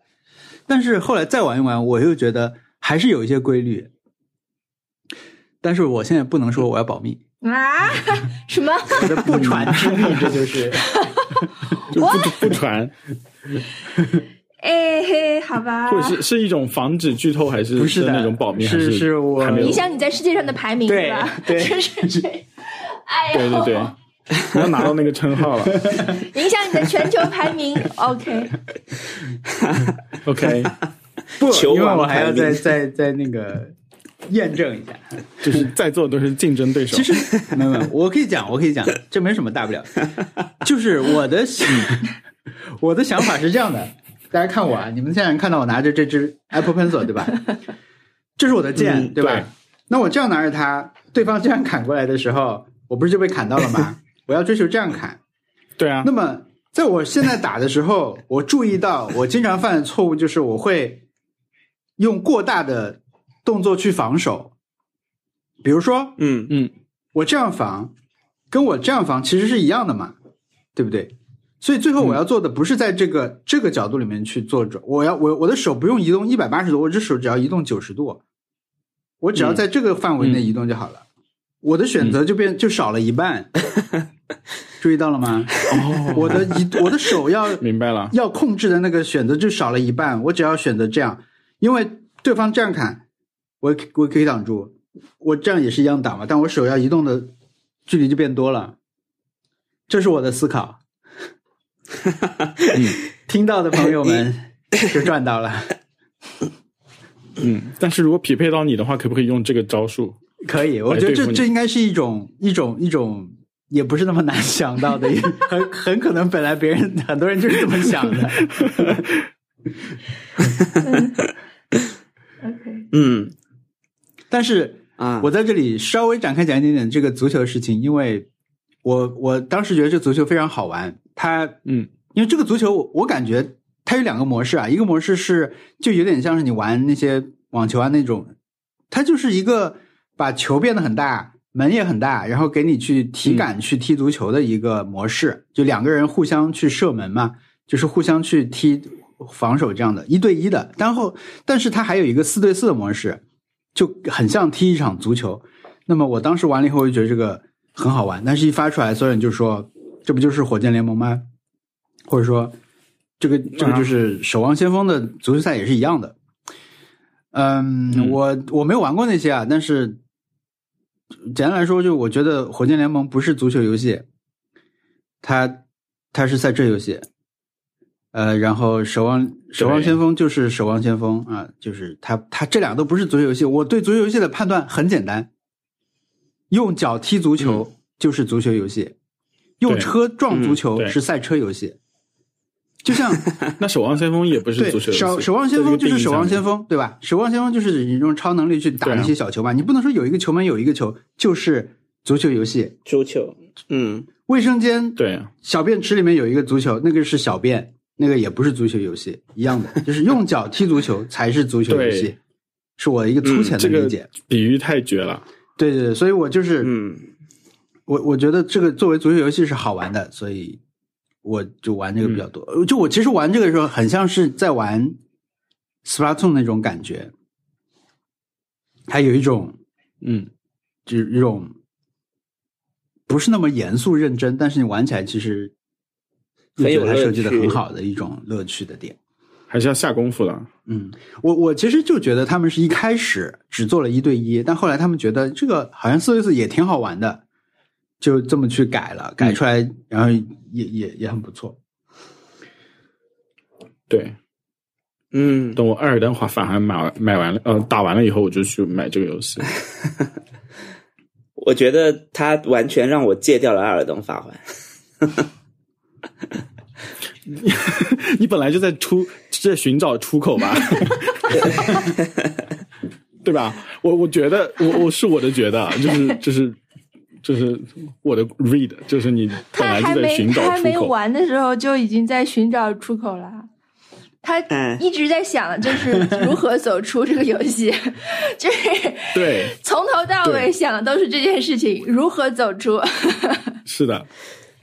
但是后来再玩一玩，我又觉得还是有一些规律。但是我现在不能说我要保密，
啊？ <laughs> 什么？
我的不 <laughs> 传之秘，这就是。
就不不传，
哎嘿，好吧。
或者是是一种防止剧透，还是
不是的
那种保密，还
是是我
还没有
影响你在世界上的排名
对
是吧？ <laughs>
对
是是是。哎
对
呦，
对对，
<laughs>
你要拿到那个称
<laughs>
号了。
影响你的全球排名。OK，
<laughs> OK，
不，
球
因为
王
我还要
排名
再再再那个验证一下。
就是在座都是竞争对手。
其实没有没有，我可以讲，我可以讲，这没什么大不了。就是我的想我的想法是这样的，大家看我啊，你们现在看到我拿着这支 Apple Pencil 对吧？这是我的剑、
嗯
对吧
对
那我这样拿着它，对方这样砍过来的时候，我不是就被砍到了吗？我要追求这样砍，
对啊
那，么在我现在打的时候，我注意到我经常犯的错误就是我会用过大的动作去防守，比如说
嗯，
嗯，
我这样防，跟我这样防其实是一样的嘛，对不对？所以最后我要做的不是在这个、这个角度里面去做转，我要我我的手不用移动一百八十度，我只手只要移动九十度，我只要
嗯
在这个范围内移动就好了，我的选择就变就少了一半，注意到了吗？
哦，
我的移我的手要
明白了。
要控制的那个选择就少了一半，我只要选择这样，因为对方这样砍，我我可以挡住，我这样也是一样挡嘛，但我手要移动的距离就变多了，这是我的
<laughs>
思考。嗯听到的朋友们
哎
就赚到了，
嗯，但是如果匹配到你的话，可不可以用这个招数？
可以，我觉得
哎对
这
付你
这应该是一种一种一种，也不是那么难想到的，也很很可能本来别人很多人就是这么想的。
OK，
嗯
但是
啊，
我在这里稍微展开讲一点点这个足球的事情，因为我我当时觉得这足球非常好玩。它
嗯，
因为这个足球我，我感觉它有两个模式啊，一个模式是就有点像是你玩那些网球啊那种，它就是一个把球变得很大，门也很大，然后给你去体感去踢足球的一个模式，就两个人互相去射门嘛，就是互相去踢防守这样的一对一的。然后，但是它还有一个四对四的模式，就很像踢一场足球。那么我当时玩了以后，我就觉得这个很好玩，但是一发出来，所有人就说这不就是火箭联盟吗？或者说这个这个就是守望先锋的足球赛也是一样的。嗯，
嗯
我我没有玩过那些啊，但是简单来说，就我觉得火箭联盟不是足球游戏，它它是赛车游戏。呃，然后守望守望先锋就是守望先锋啊，就是它它这俩都不是足球游戏。我对足球游戏的判断很简单，用脚踢足球就是足球游戏，
嗯
用
对
车撞
嗯
足球
对
是赛车游戏。就像
那守望先锋也 <laughs> 不是
对
足球游戏
守守望先锋就是守望先，锋，对吧？守望先锋就是你用超能力去打
对啊
一些小球嘛，你不能说有一个球门有一个球就是足球游戏。
足球，嗯
卫生间
这个定义上面
小便池里面有一个足球，那个是小便，那个也不是足球游戏，一样的，就是用脚踢足球才是足球游戏
对，嗯
是我一个粗浅
对这
的理
个
解。
比喻太绝了。
对对对，所以我就是
嗯
我我觉得这个作为足球游戏是好玩的，所以我就玩这个比较多。就我其实玩这个的时候，很像是在玩 Splatoon 那种感觉，还有一种
嗯，
就是一种不是那么严肃认真，但是你玩起来其实又
很
觉
有
得它
乐
设计的
趣
很好的一种乐趣的点。
还是要下功夫的。
嗯，我我其实就觉得他们是一开始只做了一对一，但后来他们觉得这个好像四对四也挺好玩的，就这么去改了，
嗯
改出来，然后也也也很不错。
对，
嗯，
等我艾尔登华反而买完买完了，呃，打完了以后，我就去买这个游戏。 <laughs>
我觉得他完全让我戒掉了《艾尔登法环》。
你本来就在出在寻找出口
<laughs>
吧，对吧？我我觉得我我是我的觉得，啊就是就是就是我的 read，就是你本
他
来
还
就在
没
寻找
他还
出
没
口。
玩的时候就已经在寻找出口了，他
嗯
一直在想就是如何走出这个游戏， <laughs> 就是
对，
从头到尾
对
想的都是这件事情如何走出。
是的，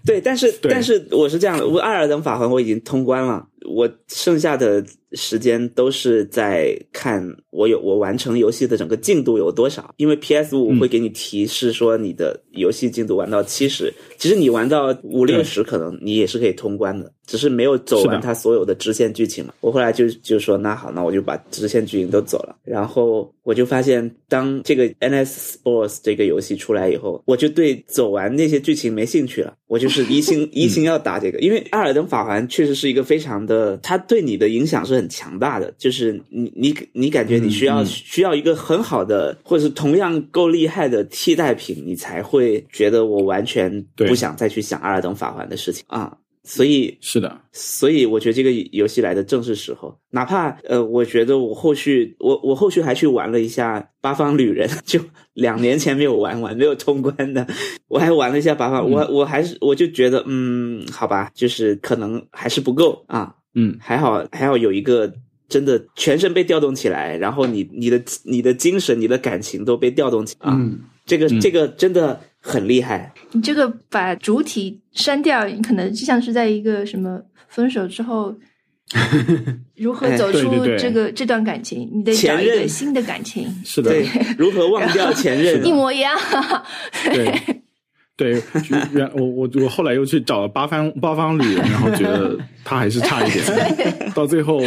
对，但是
对
但是我是这样的，我《艾尔登法环》我已经通关了，我剩下的时间都是在看我有我完成游戏的整个进度有多少，因为 PS 五
嗯
会给你提示说你的游戏进度玩到七十，其实你玩到五
对
六十，可能你也是可以通关的，只是没有走
是的
完它所有的支线剧情嘛。我后来就就说那好，那我就把支线剧情都走了，然后我就发现，当这个 NS Sports 这个游戏出来以后，我就对走完那些剧情没兴趣了，我就是一
<laughs>
心一心要打这个，因为《艾尔登法环》确实是一个非常的，它对你的影响是很强大的，就是你你你感觉你需要、
嗯嗯
需要一个很好的，或者是同样够厉害的替代品，你才会觉得我完全
对
不想再去想《艾尔登法环》的事情啊。所以
是的，
所以我觉得这个游戏来的正是时候，哪怕呃，我觉得我后续我我后续还去玩了一下《八方旅人》， <laughs> 就两年前没有玩完，没有通关的，我还玩了一下八方，我我还是我就觉得嗯，好吧，就是可能还是不够啊，
嗯，
还好还好有一个真的全身被调动起来，然后你你的你的精神、你的感情都被调动起啊，
嗯，
这个
嗯
这个真的很厉害，
你这个把主体删掉，你可能就像是在一个什么分手
<laughs>
之后，如何走
对
哎
对
出
对
这个这段感情，你得找
前
一个
任
新的感情，
是的，
对，如何忘掉前任啊
<laughs> 一？模一样。
对。对，就原我我我后来又去找了八方八方旅人，然后觉得他还是差一点，到最后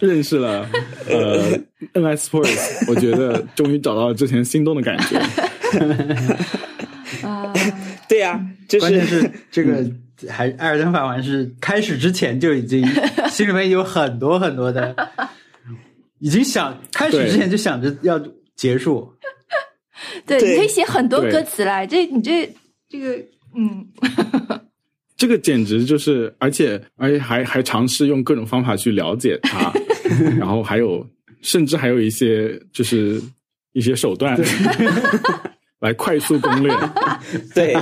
认识了呃 NS Sports，我觉得终于找到了之前心动的感觉。
啊，
对呀、就
关键
是。 <laughs> 嗯
是这个还艾尔登法环是开始之前就已
<laughs>
经心里面有很多很多的，已经想开始之前就想着要结束。
对，
对
你可以写很多
对
歌词来，这你这这个，嗯，
这个简直就是，而且而且还还尝试用各种方法去了解他， <laughs> 然后还有甚至还有一些就是一些手段来快速攻略。
<laughs> 对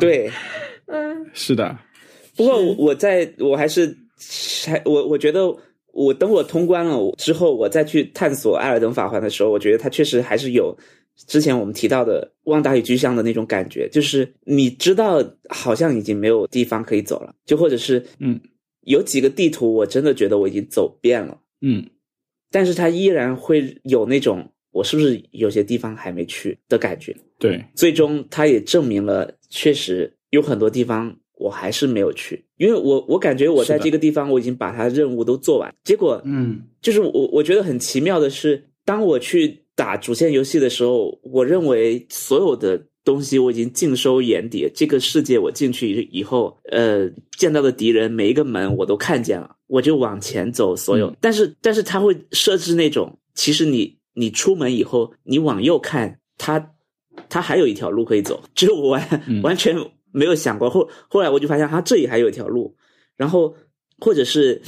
对，
是的，
不过我我在我还是还我我觉得我等我通关了之后，我再去探索《艾尔登法环》的时候，我觉得它确实还是有之前我们提到的《旺达与巨像》的那种感觉，就是你知道好像已经没有地方可以走了，就或者是
嗯，
有几个地图我真的觉得我已经走遍了。
嗯，
但是它依然会有那种我是不是有些地方还没去的感觉，
对，
最终它也证明了，确实有很多地方我还是没有去，因为我我感觉我在
是的
这个地方我已经把它任务都做完，结果
嗯，
就是我我觉得很奇妙的是，当我去打主线游戏的时候，我认为所有的东西我已经尽收眼底，这个世界我进去以后，呃，见到的敌人每一个门我都看见了，我就往前走，所有，
嗯
但是但是他会设置那种，其实你你出门以后，你往右看，他他还有一条路可以走，就是我 <laughs> 完、
嗯
完全没有想过，后后来我就发现，他啊这里还有一条路，然后或者是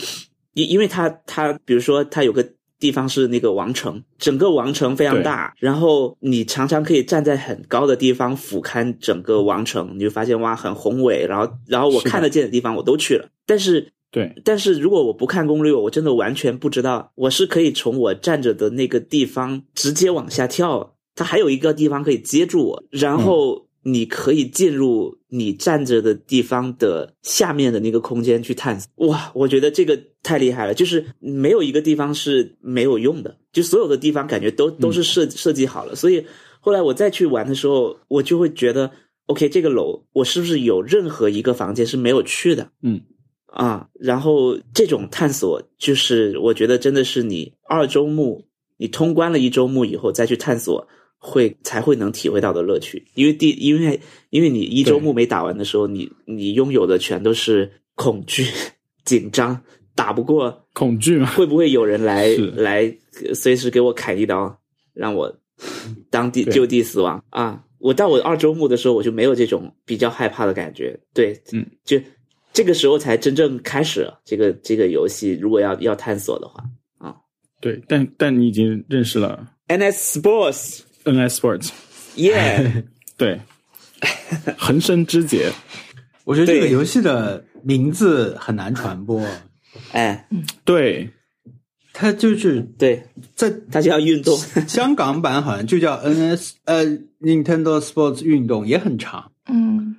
因因为它它比如说它有个地方是那个王城，整个王城非常大，然后你常常可以站在很高的地方俯瞰整个王城，你就发现哇很宏伟，然后然后我
是的
看得见的地方我都去了，但是。
对，
但是如果我不看攻略，我真的完全不知道，我是可以从我站着的那个地方直接往下跳，它还有一个地方可以接住我，然后你可以进入你站着的地方的下面的那个空间去探索。哇，我觉得这个太厉害了，就是没有一个地方是没有用的，就所有的地方感觉都都是设设计好了，所以后来我再去玩的时候，我就会觉得。OK，这个楼我是不是有任何一个房间是没有去的？啊，然后这种探索就是我觉得真的是你二周目，你你通关了一周目以后再去探索，会才会能体会到的乐趣。因为第，因为因为你一周目没打完的时候，你你拥有的全都是恐惧、 <laughs> 紧张，打不过
恐惧 <laughs> 嘛，
会不会有人来
是
来呃随时给我砍一刀，让我当地
对
就地死亡啊！我到我二周目的时候，我就没有这种比较害怕的感觉。对，
嗯，
就这个时候才真正开始这个这个游戏。如果要要探索的话
对，但但你已经认识了
，NS Sports，
NS Sports，
耶，
<laughs>
对，横生枝节，
我觉得这个
对
游戏的名字很难
<laughs>
传播，
哎，
对，
它就是
对，
在
它就要运动，
香港版好像就叫 NS 呃 Nintendo Sports 运动，也很长。
嗯，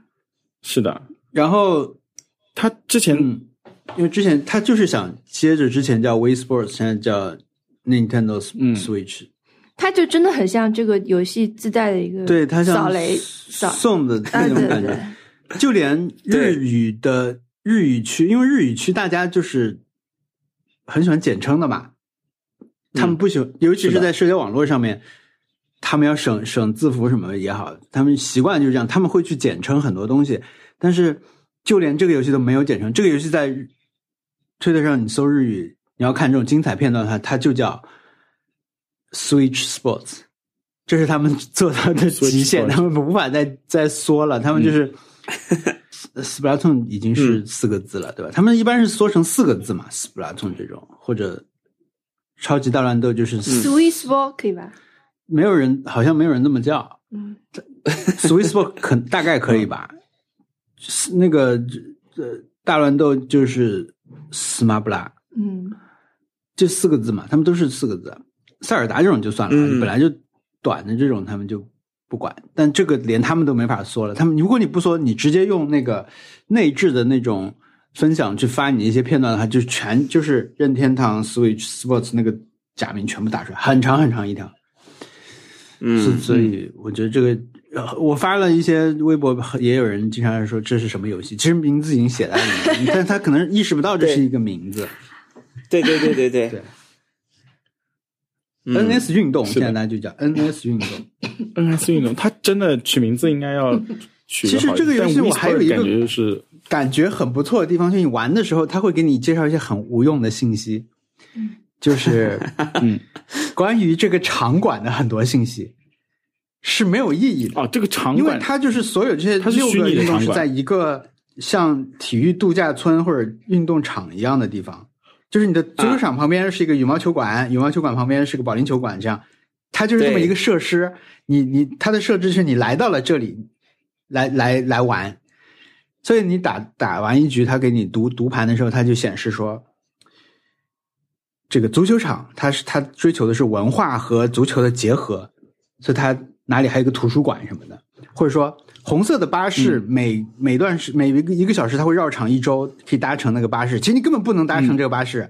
是的，
然后
他之前、
嗯，因为之前他就是想接着之前叫 Wii Sports，现在叫 Nintendo
嗯
Switch，、
它就真的很像这个游戏自带的一个
对他像
扫雷扫，
送的那
啊
种
对
感
对
觉，
对，
<laughs>
就连日语的日语区，因为日语区大家就是很喜欢简称的嘛，他们不喜欢，尤
嗯
其
是
是
的
在社交网络上面，他们要省省字符什么的也好，他们习惯就是这样，他们会去简称很多东西，但是就连这个游戏都没有简称，这个游戏在推特上你搜日语，你要看这种精彩片段的话，它就叫 Switch Sports。这是他们做到
<laughs>
的
Switch
极限，
Sports
他们无法再再缩了。他们就是
嗯
呃 Splatoon 已经是四个字了，对吧？他们一般是缩成四个字嘛，Splatoon 这种或者超级大乱斗，就是四
Swiss Ball 可以吧？
没有人好像没有人那么叫
嗯，
，Swiss b o o k 可大概可以吧？是那个呃大乱斗就是 Smabla
嗯，
这四个字嘛，他们都是四个字。塞尔达这种就算了，
嗯
本来就短的这种他们就不管，但这个连他们都没法缩了。他们如果你不缩，你直接用那个内置的那种分享去发你一些片段的话，就全就是任天堂 Switch Sports 那个假名全部打出来，很长很长一条。所
嗯，
所以我觉得这个，呃我发了一些微博，也有人经常说这是什么游戏，其实名字已经写在里
<laughs>
面，但他可能意识不到这是一个名字。
对对对对对
对
嗯
NS 运动
是的
现在大家就叫 NS 运动。
NS 运动，他真的取名字应该要取得
嗯其实
好一点。
这个游戏
但
我
Wii
还有一
Sport
个
感觉就是
感觉很不错的地方，就是你玩的时候，他会给你介绍一些很无用的信息，就是
<laughs>
嗯，
关于这个场馆的很多信息是没有意义的，
哦，这个场
因为
馆
它就是所有这些
它是
六
虚
个
拟的
运动
场
是
馆
在一个像体育度假村或者运动场一样的地方，就是你的足
啊
球场旁边是一个羽毛球馆，羽毛球馆旁边是个保龄球馆，这样，它就是这么
对
一个设施。你你它的设置是你来到了这里，来来来玩，所以你打打完一局，它给你读读盘的时候，它就显示说，这个足球场它是它追求的是文化和足球的结合，所以它哪里还有一个图书馆什么的，或者说红色的巴士
嗯
每、每段时每一个一个小时它会绕场一周，可以搭乘那个巴士，其实你根本不能搭
嗯
乘这个巴士。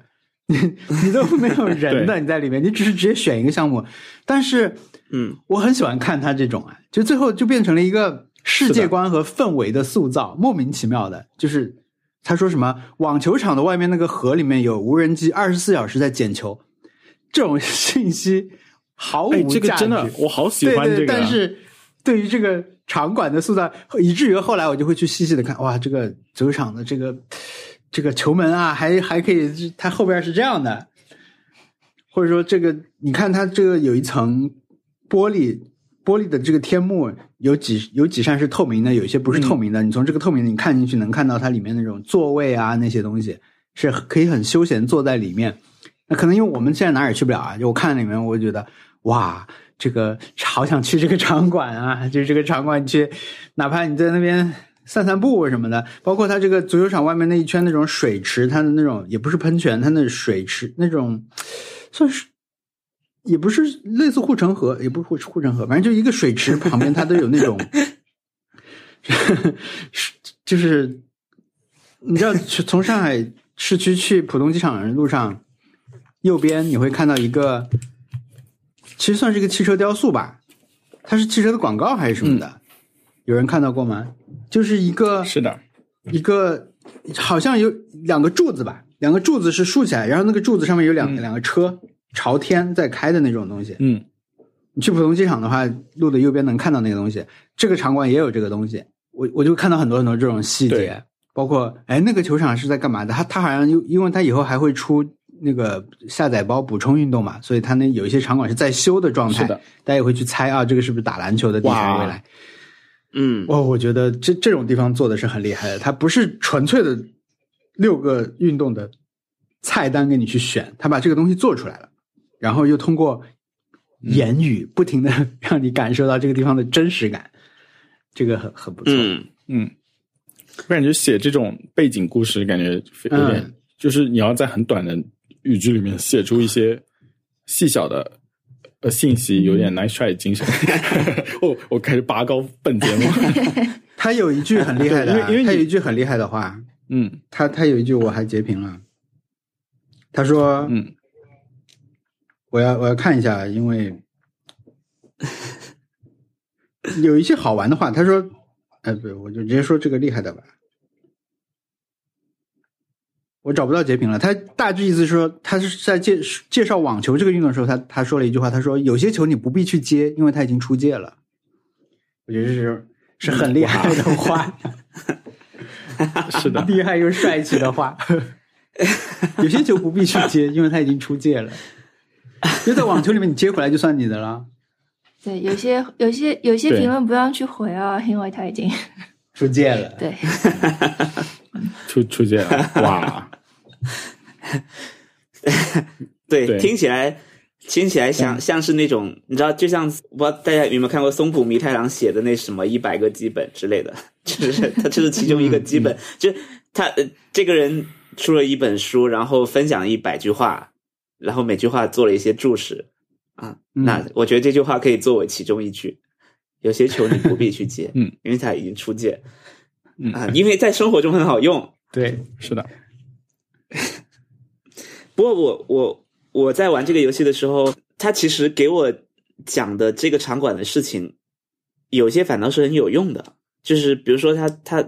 你都没
<laughs>
有人的，你在里面，你只是直接选一个项目。但是，
嗯，
我很喜欢看他这种啊，就最后就变成了一个世界观和氛围的塑造，莫名其妙的。就是他说什么网球场的外面那个河里面有无人机二十四小时在捡球，这种信息毫无价
哎，这
值。
个真的我好喜
对
欢这
对，
个啊，
但是对于这个场馆的塑造，以至于后来我就会去细细的看，哇，这个足球场的这个这个球门啊，还还可以，它后边是这样的，或者说这个，你看它这个有一层玻璃，玻璃的这个天幕有几有几扇是透明的，有一些不是透明
嗯
的，你从这个透明的你看进去，能看到它里面那种座位啊那些东西，是可以很休闲坐在里面。那可能因为我们现在哪儿也去不了啊，就我看里面，我觉得哇，这个好想去这个场馆啊，就是这个场馆你去，哪怕你在那边散散步什么的，包括它这个足球场外面那一圈那种水池，它的那种也不是喷泉，它那水池那种算是。也不是类似护城河，也不是护护城河，反正就一个水池旁边，它都有那种是就是你知道，去从上海市区去浦东机场的路上，右边你会看到一个，其实算是一个汽车雕塑吧，它是汽车的广告还是什么的？有人看到过吗？就是一个
是的，
一个好像有两个柱子吧，两个柱子是竖起来，然后那个柱子上面有两、两个车，朝天在开的那种东西。
嗯，
你去浦东机场的话，路的右边能看到那个东西。这个场馆也有这个东西，我我就看到很多很多这种细
对
节，包括哎那个球场是在干嘛的？他他好像因因为他以后还会出那个下载包补充运动嘛，所以他那有一些场馆是在修的状态，
是的
大家也会去猜啊，这个是不是打篮球的地方
哇
未来？
嗯，
哦，我觉得这这种地方做的是很厉害的，它不是纯粹的六个运动的菜单给你去选，它把这个东西做出来了，然后又通过
嗯
言语不停的 <laughs> 让你感受到这个地方的真实感，这个很很不错。
嗯，
嗯，我感觉写这种背景故事，感觉非有点、
嗯
就是你要在很短的语句里面写出一些细小的呃信息，有
嗯
点 nice try 精
<laughs>
神。 <laughs> 我我开始拔高本节目。
他有一句很厉害的啊、
对因为因为你
他有一句很厉害的话，
嗯
他他有一句我还截屏了，他说，
嗯，
我要我要看一下，因为 <laughs> 有一些好玩的话，他说，哎，不，我就直接说这个厉害的吧。我找不到截屏了。他大致意思是说，他是在介介绍网球这个运动的时候，他他说了一句话，他说有些球你不必去接，因为他已经出界了。我觉得这是是很厉害的话，，
<laughs> 是的
厉害又帅气的
<laughs>
话。有些球不必去接，因为他已经出界了。因为在网球里面，你接回来就算你的了。
对，有些有些有些
对
评论不让去回啊，因为他已经。
出界了
<laughs>
对
出出界了，哇！
对，
对
听起来听起来像像是那种，你知道，就像我不知道大家有没有看过松浦弥太郎写的那什么一百个基本之类的， <laughs> 就是他这是其中一个基本，就是他、呃、这个人出了一本书，然后分享一百句话，然后每句话做了一些注释啊，
嗯
那我觉得这句话可以作为其中一句。有些球你不必去接，
嗯，
因为他已经出界，
嗯
啊，因为在生活中很好用，
对，
是的，
不过我我我在玩这个游戏的时候，他其实给我讲的这个场馆的事情，有些反倒是很有用的。就是比如说他他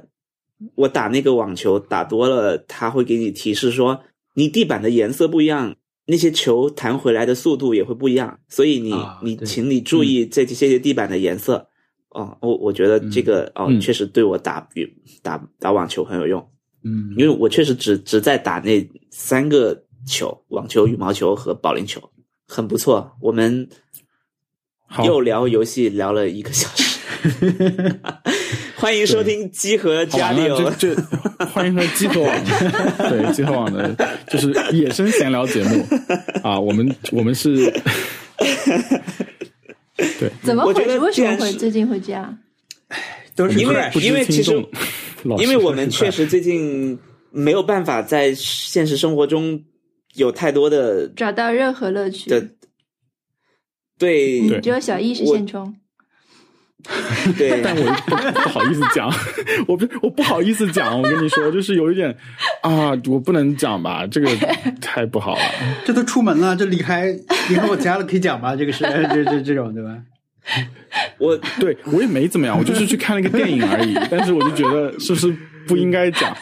我打那个网球打多了，他会给你提示说你地板的颜色不一样，那些球弹回来的速度也会不一样，所以你、
啊
你
对
请你注意这这些地板的颜色。哦，我我觉得这个、
嗯
哦，确实对我打比打打网球很有用。
嗯
因为我确实只只在打那三个球：网球、羽毛球和保龄球，很不错。我们
好，
又聊游戏聊了一个小时， <laughs> 欢迎收听鸡和
好
加
玩
里
了，
欧。
这这欢迎来集合
<laughs>
网，对集合网的，就是野生闲聊节目啊，我们我们是
怎么
我
回
觉
事？
得
为什
既
么
然
会
是
最近会这样？
都是
因为
crash
不知
因为其
轻
实
重，老
因为
实
我们确实最近没有办法在现实生活中有太多的
找到任何乐趣？
的对
嗯，只有小意识
我
现充。
<laughs>
对
但我不不好意思讲， <laughs> 我不我不好意思讲，我跟你说，就是有一点啊，我不能讲吧，这个太不好了。
这都出门了，这离开离开我家了，可以讲吧？这个是 <laughs> 这这这种对吧？
我
对我也没怎么样，我就是去看了一个电影而已，但是我就觉得是不是不应该讲？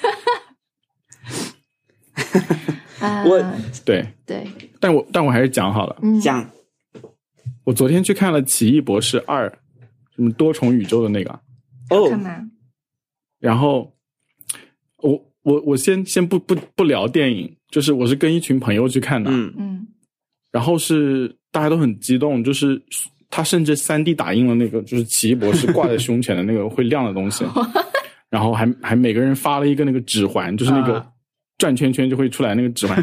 啊，
我
对，
对，
但我但我还是讲好了。
嗯，
讲
我昨天去看了《奇异博士二》，什么多重宇宙的那个，
哦
干嘛？
然后我我我先先不不不聊电影，就是我是跟一群朋友去看的，
嗯
嗯，
然后是大家都很激动，就是他甚至三 D 打印了那个就是奇异博士挂在胸前的那个会亮的东西，然后还还每个人发了一个那个指环，就是那个
啊
转圈圈就会出来那个指环，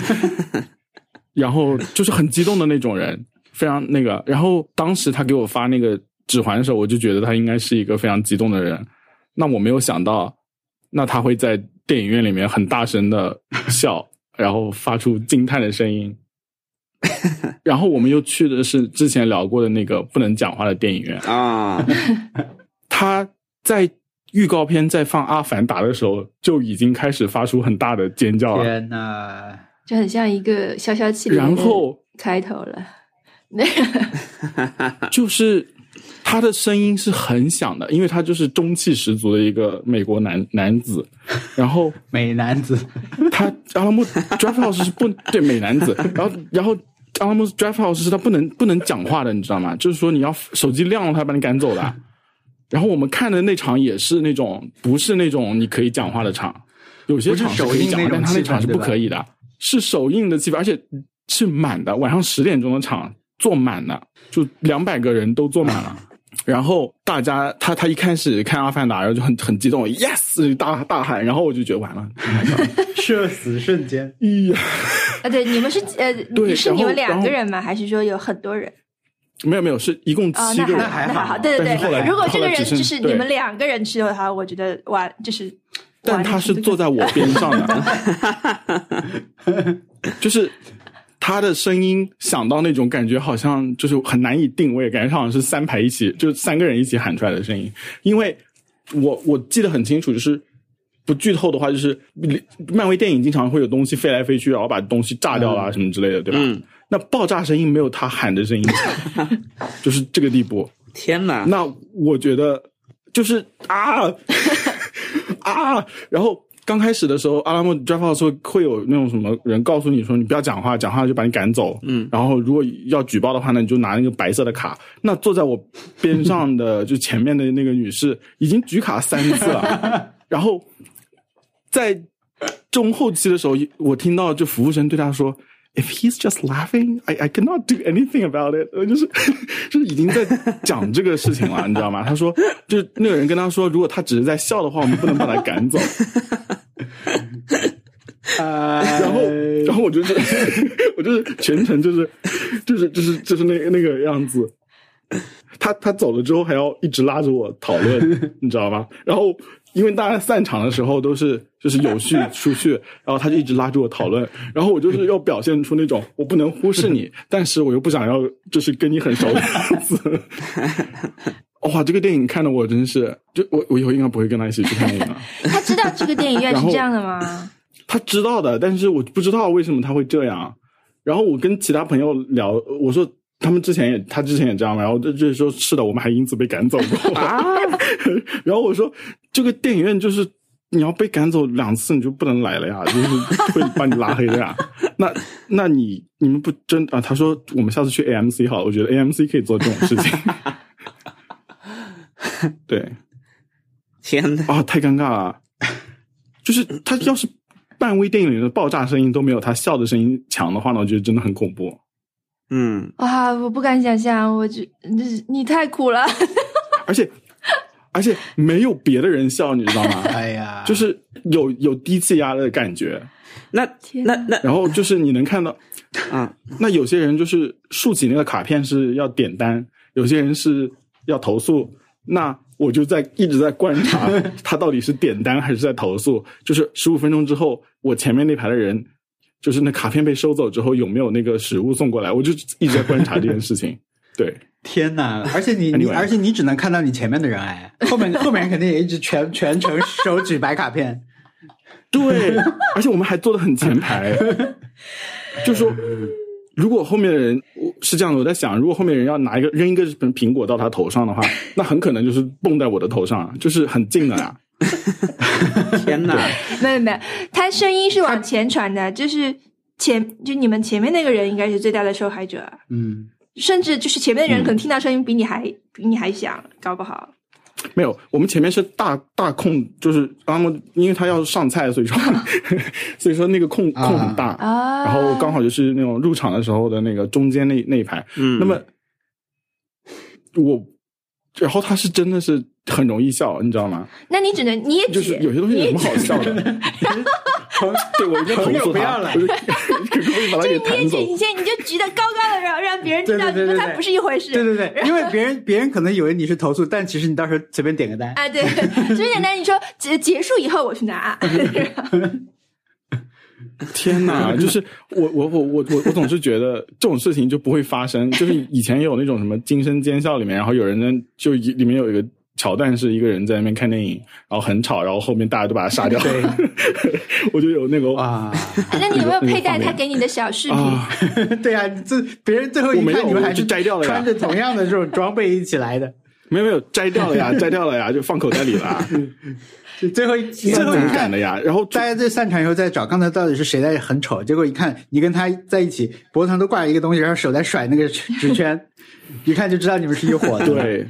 然后就是很激动的那种人，非常那个。然后当时他给我发那个指环的时候，我就觉得他应该是一个非常激动的人，那我没有想到，那他会在电影院里面很大声的笑，然后发出惊叹的声音。然后我们又去的是之前聊过的那个不能讲话的电影院。
啊，
他在预告片在放《阿凡达》的时候，就已经开始发出很大的尖叫了。
天哪！
就很像一个消消气里面
然
的
后
开头了。那
就是他的声音是很响的，因为他就是中气十足的一个美国男男子。然后
美男子，
他阿拉木 Draft House 是不对美男子，然后然后 Alamos Drive House 是他不能不能讲话的，你知道吗？就是说你要手机亮了，他把你赶走了。然后我们看的那场也是那种不是那种你可以讲话的场，有些
不是
场可
首
以
映
讲话
那，种
但他那
气氛
场是
对
不
吧
可以的，是首映的气氛，而且是满的，晚上十点钟的场坐满了，就两百个人都坐满
<laughs>
了。然后大家，他他一开始看《阿凡达》，然后就很很激动，yes 大大喊，然后我就觉得完了，
<laughs> 社死瞬间，
咦，
啊，对，你们是呃，
对
你是
然后
你们两
然后
个人吗？还是说有很多人？
没有没有，是一共
哦，
七
那
个人，
还
那还
那还
好
好，对对
但是后来
对。如果这
后
个
来
人
只剩
就是
对
你们两个人吃的话，我觉得完就是。
但
完
他是
全
坐在我边上的，就是他的声音响到那种感觉，好像就是很难以定位，感觉好像是三排一起，就是三个人一起喊出来的声音。因为我我记得很清楚，就是不剧透的话，就是漫威电影经常会有东西飞来飞去，然后把东西炸掉啊什么之类的，对吧？
嗯，
那爆炸声音没有他喊的声音响，就是这个地步。
天哪，
那我觉得就是啊啊，然后刚开始的时候，阿拉莫 drive house 会会有那种什么人告诉你说你不要讲话，讲话就把你赶走。
嗯，
然后如果要举报的话呢，你就拿那个白色的卡。那坐在我边上的就前面的那个女士已经举卡三次了，然后在中后期的时候，我听到就服务生对她说。If he's just laughing, I I cannot do anything about it。呃，就是就是已经在讲这个事情了，你知道吗？他说，就是那个人跟他说，如果他只是在笑的话，我们不能把他赶走。
然呃
然后，
哎
然后我就是， <laughs> 我就是全程就是，就是就是就是那那个样子。他他走了之后还要一直拉着我讨论，你知道吗？然后因为大家散场的时候都是就是有序出去，然后他就一直拉着我讨论，然后我就是要表现出那种我不能忽视你，但是我又不想要就是跟你很熟的样子。哇，这个电影看的我真是，就我我以后应该不会跟他一起去看电影了。
<laughs> 他知道这个电影院
然
是
后
这样
<laughs>
的吗？
他知道的，但是我不知道为什么他会这样。然后我跟其他朋友聊，我说他们之前也他之前也这样嘛，然后就就是说是的，我们还因此被赶走过。 <laughs> 然后我说这个电影院就是你要被赶走两次，你就不能来了呀，就是会把你拉黑的呀。 <laughs> 那那你你们不真啊？他说我们下次去 AMC 好了，我觉得 AMC 可以做这种事情。对，
天哪，
啊、太尴尬了！就是他要是漫威电影里的爆炸声音都没有他笑的声音强的话呢，我觉得真的很恐怖。
嗯，
啊，我不敢想象，我觉你你太苦了。
而且 <laughs> 而且没有别的人笑，你知道吗？
<laughs> 哎呀，
就是有有低气压的感觉，
那
天
那
哪
那
然后就是你能看到，
啊，
那有些人就是竖起那个卡片是要点单，有些人是要投诉。那我就在一直在观察他到底是点单还是在投诉。就是十五分钟之后，我前面那排的人，就是那卡片被收走之后有没有那个食物送过来，我就一直在观察这件事情。对，
天哪！而且你你，
Anyway
而且你只能看到你前面的人，哎，后面 <laughs> 后面人肯定也一直全 <laughs> 全程手举白卡片。
<laughs> 对，而且我们还坐的很前排，就说如果后面的人我是这样的，我在想，如果后面人要拿一个扔一个苹果到他头上的话，那很可能就是蹦在我的头上，啊就是很近的啊呀。
天哪，
<laughs> 没有没有，他声音是往前传的，就是前就你们前面那个人应该是最大的受害者，
嗯，
甚至就是前面的
嗯
人可能听到声音比你还、比你还响，搞不好。
没有，我们前面是大大空，就是阿莫，因为他要上菜，所以说 <laughs> 所以说那个空
啊
空很大，
啊，
然后刚好就是那种入场的时候的那个中间那那一排。
嗯，
那么我，然后他是真的是很容易笑，你知道吗？
那你只能你也
就是
只
有些东西
你
有
也
什么好笑的？ <laughs> 对我应该投
朋友
诉
不
他
要，来
我就 <laughs> 可不可以把他
就
给
你也
弹
只
走？
你现在你就举得高高的，让让别人知道
对对对
你跟
对
他
对
不是一回事。
对对对，因为别人别人可能以为你是投诉，但其实你到时候随便点个单。
<laughs> 啊，对，所以简单，你说结结束以后我去拿，
<laughs> 天哪！就是我我我我我我总是觉得这种事情就不会发生。就是以前有那种什么《惊声尖笑》里面，然后有人在就一里面有一个桥段是一个人在那边看电影，然后很吵，然后后面大家都把他杀掉。
对
<laughs> 我就有那个
啊，
<laughs> 那你有没有佩戴
那个画面
他给你的小饰品？
啊，
对呀、这别人最后
我
一
没有
看你们
我
还是
就摘掉了呀
穿着同样的这种装备一起来的。 <laughs>
没有没有，摘掉了呀，摘掉了呀，就放口袋里了，
就最后最
三
后一
种
看
感的呀。然后
大家在散场以后再找刚才到底是谁在很丑，结果一看你跟他在一起，脖子上都挂着一个东西，然后手在甩那个纸圈， <laughs> 一看就知道你们是一伙的。，
对，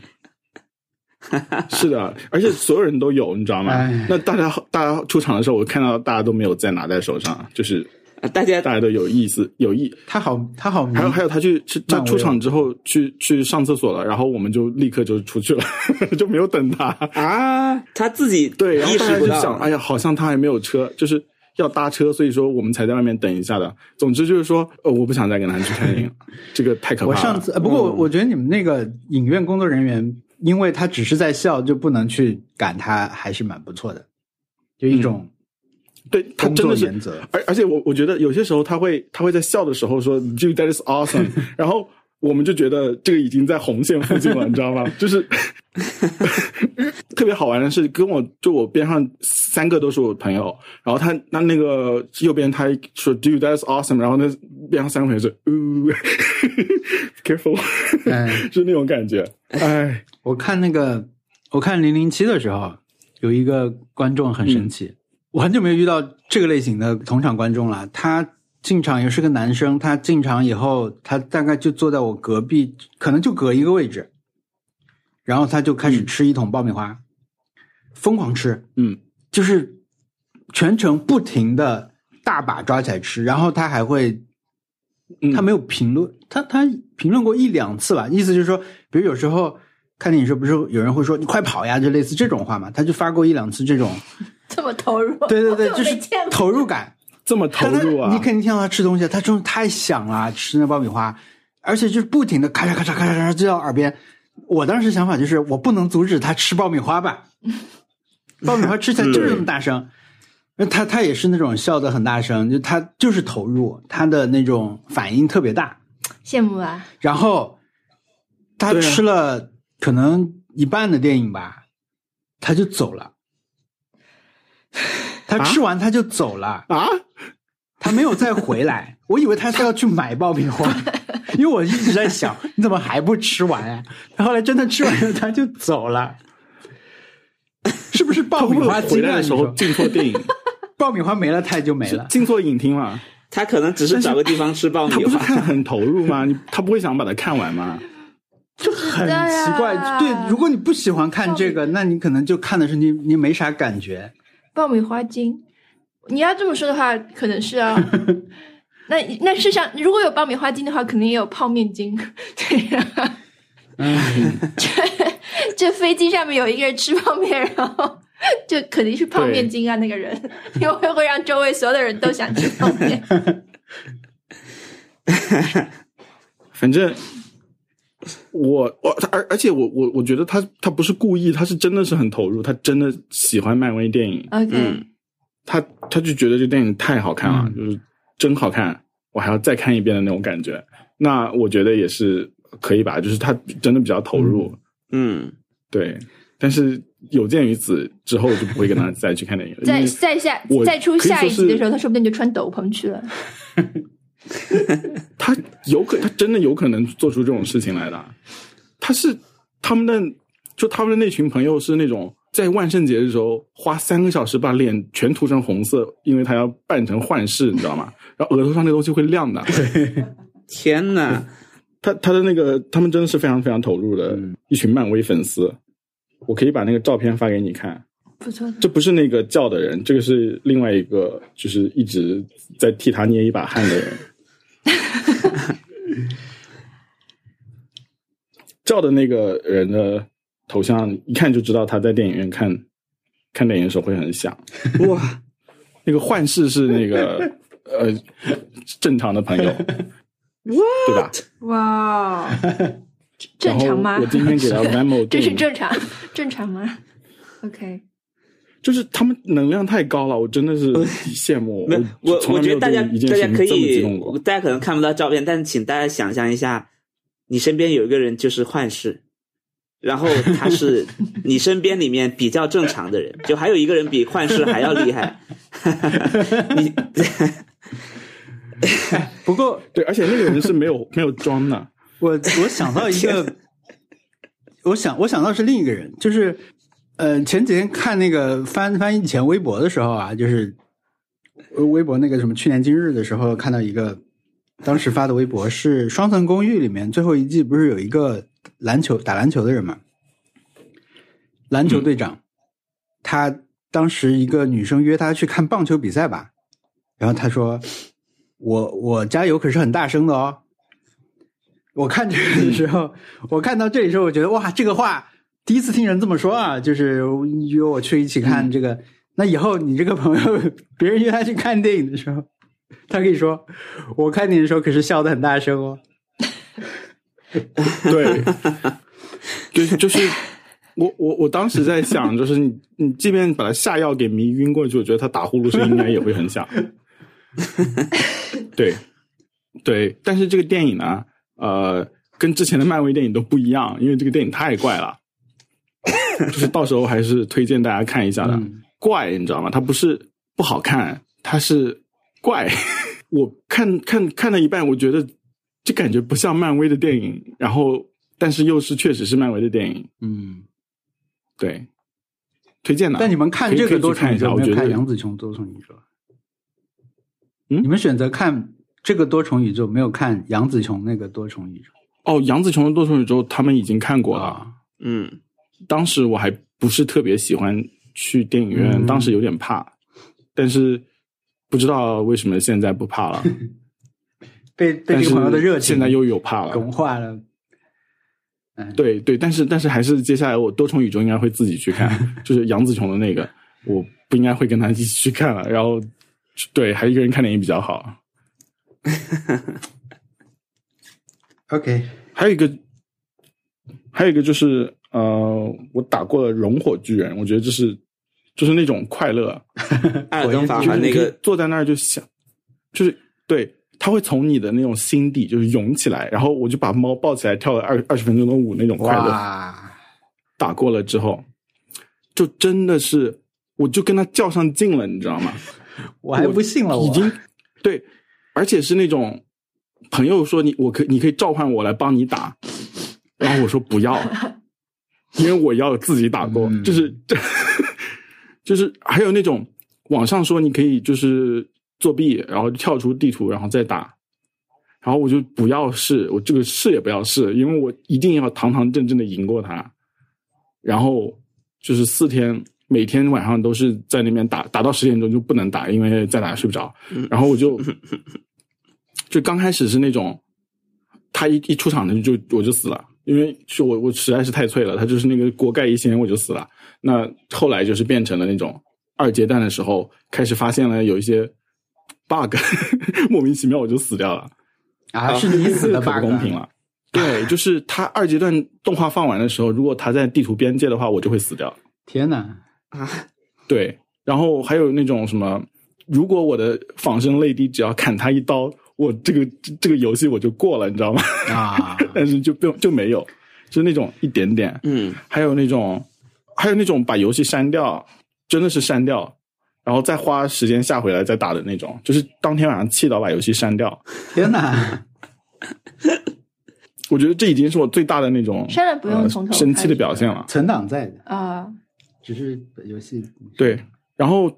是的，而且所有人都有，你知道吗
哎？
那大家大家出场的时候，我看到大家都没有再拿在手上，就是
啊大家
大家都有意思有意。
他好他好迷
还有还有，他去去他
漫威
出场之后去去上厕所了，然后我们就立刻就出去了， <laughs> 就没有等他。
啊，他自己
对，然后
意
大家
识
就
不
想，
到，啊
哎呀，好像他还没有车，就是要搭车，所以说我们才在外面等一下的。总之就是说，呃，我不想再跟他去看电影了，这个太可怕
我
了。
上次呃不过
嗯
我我觉得你们那个影院工作人员，因为他只是在笑，就不能去赶他，还是蛮不错的，就一种
对嗯他
工
真
作
的是
原则。
而而且我我觉得有些时候他会他会在笑的时候说 “Dude, that is
<laughs>
awesome”，然后我们就觉得这个已经在红线附近了，你知道吗？就是
<laughs>
特别好玩的是，跟我就我边上三个都是我朋友，然后他那那个右边他说 “Dude, that is awesome”，然后那边上三个朋友说“呜 <laughs> ，careful”， <laughs>
哎
就是那种感觉，哎，
我看那个我看零零七的时候，有一个观众很神
嗯
奇，我很久没有遇到这个类型的同场观众了，他。进场也是个男生，他进场以后，他大概就坐在我隔壁，可能就隔一个位置，然后他就开始吃一桶爆米花，疯狂吃，
嗯，
就是全程不停的大把抓起来吃，然后他还会，
嗯
他没有评论，他他评论过一两次吧，意思就是说，比如有时候看电影时候，不是有人会说你快跑呀，就类似这种话嘛，他就发过一两次这种，
这么投入，
对对对，
哦我
就
没
是
见过
投入感，
这么 <laughs> 投入
但他
啊
你，肯定听到他吃东西，他真的太响了，吃那爆米花，而且就是不停的咔嚓咔嚓咔嚓咔嚓就到耳边。我当时想法就是，我不能阻止他吃爆米花
<laughs>
吧？爆米花吃起来就是那么大声。那他他也是那种笑的很大声，就他就是投入，他的那种反应特别大。
羡慕啊！
然后他
对啊
吃了可能一半的电影吧，他就走
<laughs>
了。他吃完他就走了。
啊，
他没有再
<laughs>
回来，我以为他是要去买爆米花，因为我一直在想你怎么还不吃完啊？他后来真的吃完了，他就走了，是不是爆米花
回
精
来
啊？
的
你
时候
说
进错电
<laughs>
影，
爆米花没了，他也就没了。
进错影厅了。
他可能只是找个地方吃爆
他
米
不是
花。
看很投入吗？你他不会想把它看完吗？
很奇怪，
啊
对，如果你不喜欢看这个，那你可能就看的是你你没啥感觉。
爆米花精，你要这么说的话，可能
<laughs>
是啊。那那世上如果有爆米花精的话，肯定也有泡面精。 <laughs> 对呀、
嗯
<laughs> 这这飞机上面有一个人吃泡面，然后 <laughs> 就肯定是泡面精啊，那
<laughs>
个人，因为会让周围所有的人都想吃泡面。
反正我我而而且我我我觉得他他不是故意，他是真的是很投入，他真的喜欢漫威电影，
OK，、
嗯，
他他就觉得这电影太好看了，
嗯
就是真好看，我还要再看一遍的那种感觉。那我觉得也是可以吧，就是他真的比较投入，
嗯，
对。但是有鉴于此之后，我就不会跟他再去看电影了。因
再
为
再下
我
再出
可以
下
说
一集的
是
时候，他说不定就穿斗篷去了。
他有可，他真的有可能做出这种事情来的。啊他是他们的，就他们的那群朋友是那种在万圣节的时候花三个小时把脸全涂成红色，因为他要扮成幻视，你知道吗？ <laughs> 然后额头上那东西会亮的。
天
<laughs>
哪，
他他的那个，他们真的是非常非常投入的一群漫威粉丝。我可以把那个照片发给你看。
不错
<laughs>
的，
这不是那个叫的人，这个是另外一个，就是一直在替他捏一把汗的人。
<laughs>
叫的那个人的头像，一看就知道他在电影院看看电影的时候会很响。
哇，
那个幻视是那个
<laughs>
呃正常的朋友，对吧？
哇、哦，
然
正
后
常吗
我？今天
<laughs>
给
<laughs>
他 Vamo，
这是正常 <laughs> 正常吗？OK。
就是他们能量太高了，我真的是羡慕。
<laughs> 没有，我
从来没
觉
有
得大家
对一件
大
事
家
情
可
这么激
以
动过，
大家可能看不到照片，但请大家想象一下，你身边有一个人就是幻视，然后
<laughs>
他是你身边里面比较正常的人，就还有一个人比幻视还要厉害，你
不过
<laughs> 对，而且那个人是没有没有装的。
我我想到一个，我想我想到是另一个人，就是呃前几天看那个翻翻以前微博的时候啊，就是呃微博那个什么去年今日的时候看到一个。当时发的微博是《双层公寓》里面最后一季，不是有一个篮球打篮球的人嘛？篮球队长，他当时一个女生约他去看棒球比赛吧，然后他说：“我我加油可是很大声的哦。”我看这个
嗯
的时候，我看到这里的时候，我觉得哇，这个话第一次听人这么说啊，就是约我去一起
嗯
看这个。那以后你这个朋友，别人约他去看电影的时候，他可以说：“我看你的时候可是笑的很大声哦。
对， <laughs> 就是就是我我我当时在想，就是你你即便把他下药给迷晕过去，我觉得他打呼噜声应该也会很
<laughs>
响。对对，但是这个电影呢，呃，跟之前的漫威电影都不一样，因为这个电影太怪了，就是到时候还是推荐大家看一下的。
嗯
怪，你知道吗？它不是不好看，它是怪。 <laughs> 我看看看到一半，我觉得这感觉不像漫威的电影，然后但是又是确实是漫威的电影，”
嗯，
对，推荐的。
但你们看
可以
这
可以
个
去
多重
看
宇
一下，
宙，
我
没
觉
有看
得
杨紫琼多重宇宙。啊
嗯
你们选择看这个多重宇宙，没有看杨紫琼那个多重宇宙
哦，杨紫琼的多重宇宙他们已经看过了，
啊？
嗯，
<laughs> 当时我还不是特别喜欢去电影院，
嗯
当时有点怕，但是不知道为什么现在不
<laughs>
怕了。
被被
但是
这个朋友的热情
现在又有怕了。
融化了。嗯，
对对，但是但是还是接下来我多重宇宙应该会自己去看，
<laughs>
就是杨紫琼的那个，我不应该会跟他一起去看了。然后对，还一个人看电影比较好。
，OK，
还有一个，还有一个就是呃，我打过了《熔火巨人》，我觉得这是就是那种快乐，哎
艾尔登嗯法
就
环
是
那
你可以
个，
坐在那儿就想，就是对，他会从你的那种心底就是涌起来，然后我就把猫抱起来跳了二二十分钟的舞那种快乐。
哇，
打过了之后，就真的是我就跟他较上劲了，你知道吗？
我还不信了，我
已经对，而且是那种朋友说你我可你可以召唤我来帮你打，然后我说不要，因为我要自己打过，
嗯
就是 <laughs> 这就是还有那种网上说你可以就是作弊，然后跳出地图然后再打。然后我就不要试，我这个试也不要试，因为我一定要堂堂正正的赢过他。然后就是四天，每天晚上都是在那边打，打到十点钟就不能打，因为再打睡不着。然后我就就刚开始是那种，他一一出场的就我就死了，因为是我我实在是太脆了，他就是那个锅盖一掀我就死了。那后来就是变成了那种二阶段的时候，开始发现了有一些 bug，莫 <laughs> 名其妙我就死掉了。
啊， <laughs> 是你死的
可
吧？
不公平了。对，就是他二阶段动画放完的时候，如果他在地图边界的话，我就会死掉。
天哪！
对，然后还有那种什么，如果我的仿生泪滴只要砍他一刀，我这个这这个游戏我就过了，你知道吗？
啊，
但是就不用就没有，就是那种一点点，
嗯，
还有那种还有那种把游戏删掉，真的是删掉，然后再花时间下回来再打的那种，就是当天晚上气到把游戏删掉。
天哪！
我觉得这已经是我最大的那种
删了不用
呃
从头
生气
开
的
始
表现了。
存档在的，
啊，
只是游戏
对，然后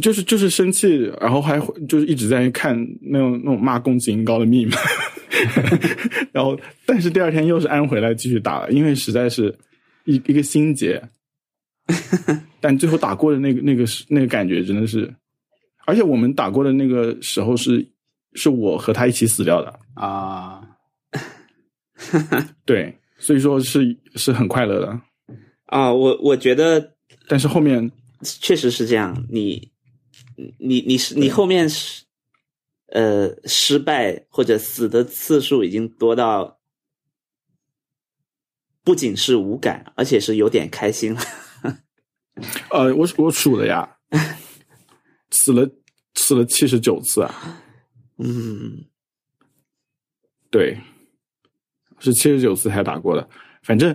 就是就是生气，然后还会就是一直在看那种那种骂宫崎英高的 meme，然后但是第二天又是安回来继续打了，因为实在是一一个心结。但最后打过的那个那个是那个感觉真的是，而且我们打过的那个时候是是我和他一起死掉的，
啊，
对，所以说是是很快乐的。
啊，我我觉得
但是后面
确实是这样，你你你是你后面是呃失败或者死的次数已经多到，不仅是无感，而且是有点开
<laughs>
心了。
呃，我我数了呀，死了死了七十九次啊，
嗯，
对，是七十九次才打过的，反正，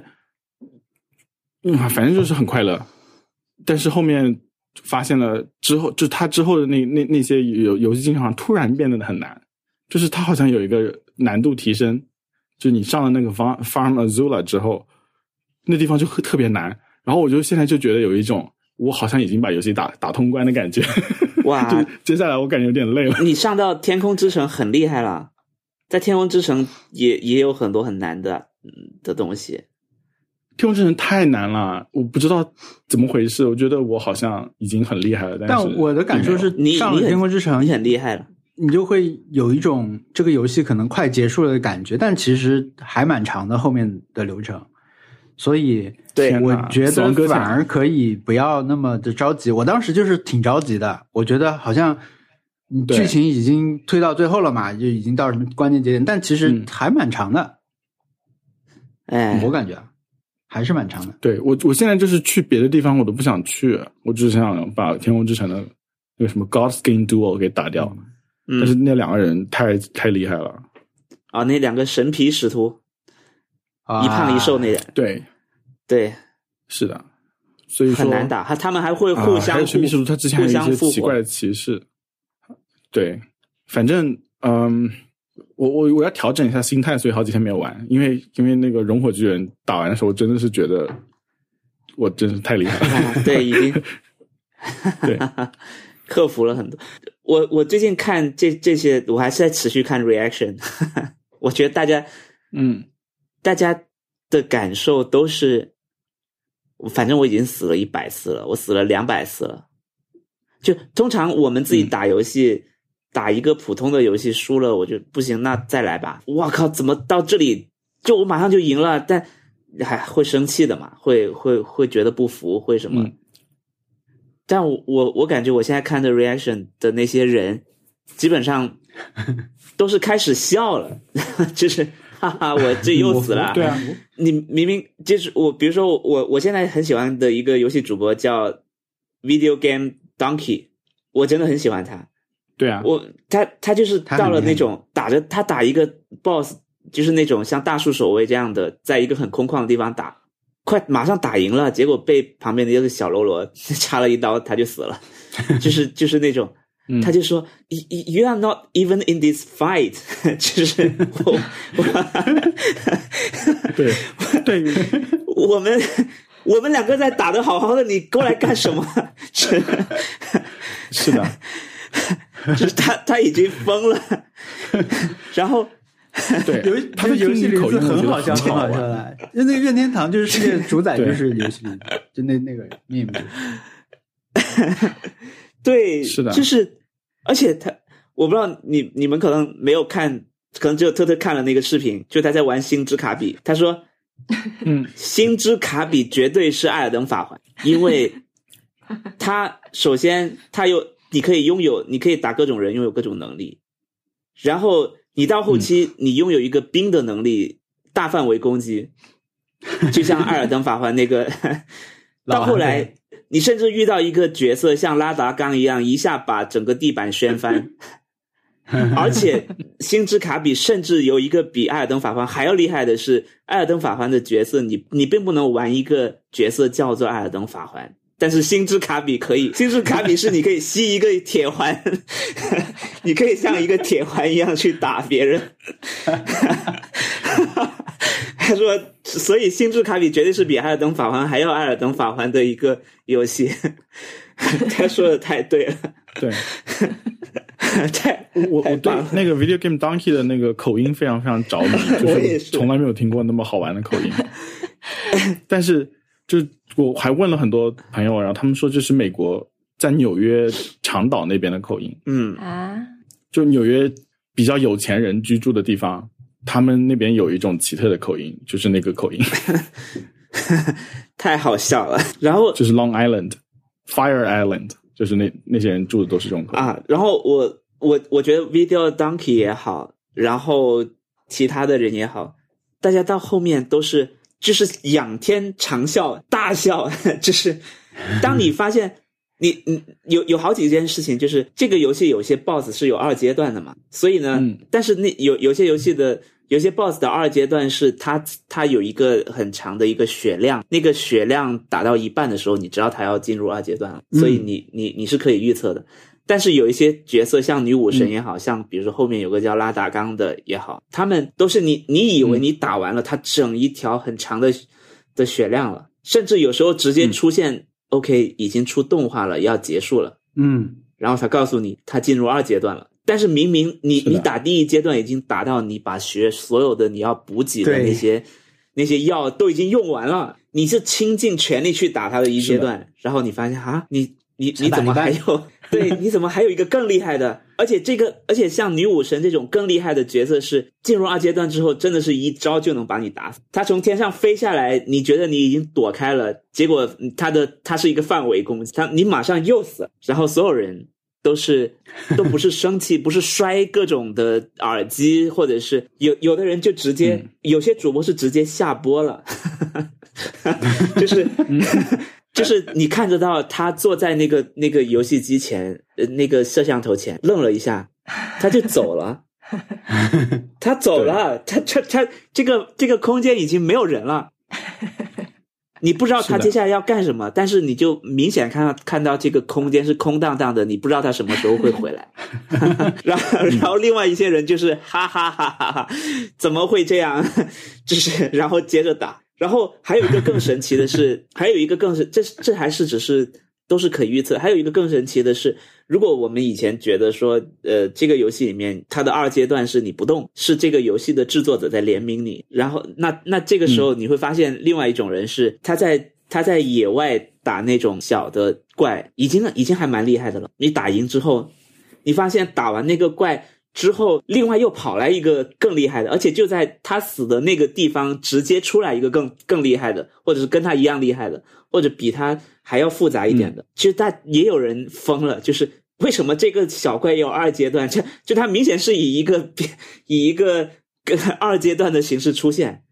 嗯，反正就是很快乐。但是后面发现了之后，就他之后的那那那些游游戏经常突然变得很难，就是它好像有一个难度提升，就你上了那个 Farm Farm Azula 之后，那地方就特别难。然后我就现在就觉得有一种我好像已经把游戏打打通关的感觉。
哇
<laughs> 就接下来我感觉有点累了。
你上到天空之城很厉害了，在天空之城也也有很多很难的嗯的东西。
天空之城太难了，我不知道怎么回事。我觉得我好像已经很厉害了，但
但
是
我的感受是
你，
上
你
了
很
天空之城
你，很厉害了。
你就会有一种这个游戏可能快结束了的感觉，但其实还蛮长的后面的流程，所以
对
天
我
哪
觉
死亡
得
搁浅
反而可以不要那么的着急。我当时就是挺着急的，我觉得好像嗯
对
剧情已经推到最后了嘛，就已经到什么关键节点，但其实
嗯
还蛮长的，
哎，
我感觉啊还是蛮长的。
对我我现在就是去别的地方我都不想去，我只想把天空之城的那个什么 Godskin Duo 给打掉。但是
嗯，
那两个人太太厉害了，
啊，那两个神皮使徒，
啊
一胖一瘦那两，
对，
对，
是的，所以说
很难打。他他们还会互
啊、还
相
有神秘之
互
路，他之前还
互相
有一些
复
奇怪
活。
的歧视。对，反正嗯，我我我要调整一下心态，所以好几天没有玩，因为因为那个熔火巨人打完的时候，我真的是觉得我真是太厉害了。 <laughs>
<laughs> 对，已经
对，
<laughs> 克服了很多。我我最近看这这些，我还是在持续看 reaction。我 <laughs> 觉得大家
嗯，
大家的感受都是，反正我已经死了一百次了，我死了两百次了。就通常我们自己
嗯
打游戏，打一个普通的游戏输了，我就不行，那再来吧。我靠，怎么到这里就我马上就赢了？但还会生气的嘛，会会会觉得不服，会什么？
嗯
但我我我感觉我现在看的 reaction 的那些人，基
<laughs>
本上都是开始笑了， <laughs> 就是哈哈，我这又死了。
<laughs>
<laughs>
对啊，
你明明就是我，比如说我我我现在很喜欢的一个游戏主播叫 Video Game Donkey，我真的很喜欢他。
对啊，
我他他就是
他很
到了
厉害
那种打着他打一个 boss，就是那种像大树守卫这样的，在一个很空旷的地方打，快马上打赢了，结果被旁边的一个小喽啰 <laughs> 插了一刀，他就死了，
<laughs>
就是就是那种。
嗯
他就说，"You-，You are not even in this fight，就是 <laughs> 我
对对，
<laughs> 我我们 <laughs> 我们两个在打的好好的，你过来干什么？ <laughs> 是
是的，
就是他他已经疯了， <laughs> 然后
对，
游
他的
这游戏
口
名字
音我觉
很
得
好笑，
很
很
好
好笑
玩。
的。就那个任天堂就是世界主宰，
对
就是游戏里就那那个人，你也没有
对，
是的
就是，而且他，我不知道你你们可能没有看，可能只有特特看了那个视频，就他在玩星之卡比，他说
嗯，
星之卡比绝对是艾尔登法环，因
<laughs>
为他首先他有你可以拥有，你可以打各种人，拥有各种能力，然后你到后期你拥有一个冰的能力，大范围攻击，就像艾尔登法环那个。
老
到后
韩
来，你甚至遇到一个角色像拉达冈一样，一下把整个地板掀翻。而且，星之卡比甚至有一个比艾尔登法环还要厉害的是，艾尔登法环的角色你你并不能玩一个角色叫做艾尔登法环，但是星之卡比可以。星之卡比是你可以吸一个铁环，你可以像一个铁环一样去打别人。他说，所以星之卡比绝对是比艾尔登法环还要艾尔登法环的一个游戏。他说的太对了， <laughs>
对。
太
我我
太
我对
棒了。
那个 video game donkey 的那个口音非常非常着迷，
<laughs>
就
我也
是
是
从来没有听过那么好玩的口音。 <laughs> 但是，就是我还问了很多朋友，然后他们说这是美国在纽约长岛那边的口音，
嗯，
啊，
就纽约比较有钱人居住的地方，他们那边有一种奇特的口音，就是那个口音，
太好笑了。然后
就是 Long Island、Fire Island，就是那那些人住的都是这种口音。
啊，然后我我我觉得 Video Donkey 也好，然后其他的人也好，大家到后面都是就是仰天长啸大笑， <laughs> 就是当你发现你你有有好几件事情，就是这个游戏有些 BOSS 是有二阶段的嘛，所以呢，
嗯
但是那有有些游戏的。有些 boss 的二阶段是它，它有一个很长的一个血量，那个血量打到一半的时候，你知道它要进入二阶段了，所以
嗯
你你你是可以预测的。但是有一些角色，像女武神也好、像比如说后面有个叫拉达冈的也好，他们都是你你以为你打完了，他整一条很长的的血量了，甚至有时候直接出现、OK 已经出动画了，要结束了，
嗯，
然后他告诉你他进入二阶段了。但是明明你
是的
你打第一阶段已经打到你把学所有的你要补给的
对
那些那些药都已经用完了，你是倾尽全力去打他的一阶段，然后你发现啊，你你
才
你
打
怎么
一半
还有？ <laughs> 对，你怎么还有一个更厉害的？而且这个，而且像女武神这种更厉害的角色是进入二阶段之后，真的是一招就能把你打死。她从天上飞下来，你觉得你已经躲开了，结果她的她是一个范围攻击，她你马上又死了，然后所有人都是都不是生气，不是摔各种的耳机，或者是有有的人就直接、有些主播是直接下播了， <laughs> 就是。
<laughs>
就是你看得到他坐在那个那个游戏机前，呃，那个摄像头前愣了一下，他就走
<laughs>
了，他走了，他他他这个这个空间已经没有人了，你不知道他
是的
接下来要干什么，但是你就明显看到看到这个空间是空荡荡的，你不知道他什么时候会回
<laughs>
来。然后，然后另外一些人就是哈哈哈哈哈，怎么会这样？就是 <laughs> 然后接着打。然后还有一个更神奇的是，还有一个更神，这这还是只是都是可预测。还有一个更神奇的是，如果我们以前觉得说，呃，这个游戏里面它的二阶段是你不动，是这个游戏的制作者在怜悯你，然后那那这个时候你会发现另外一种人是他在他在野外打那种小的怪，已经已经还蛮厉害的了。你打赢之后，你发现打完那个怪之后，另外又跑来一个更厉害的，而且就在他死的那个地方直接出来一个更更厉害的，或者是跟他一样厉害的，或者比他还要复杂一点的。其实大也有人疯了，就是。为什么这个小怪也有二阶段？就就它明显是以一个以一个跟二阶段的形式出现，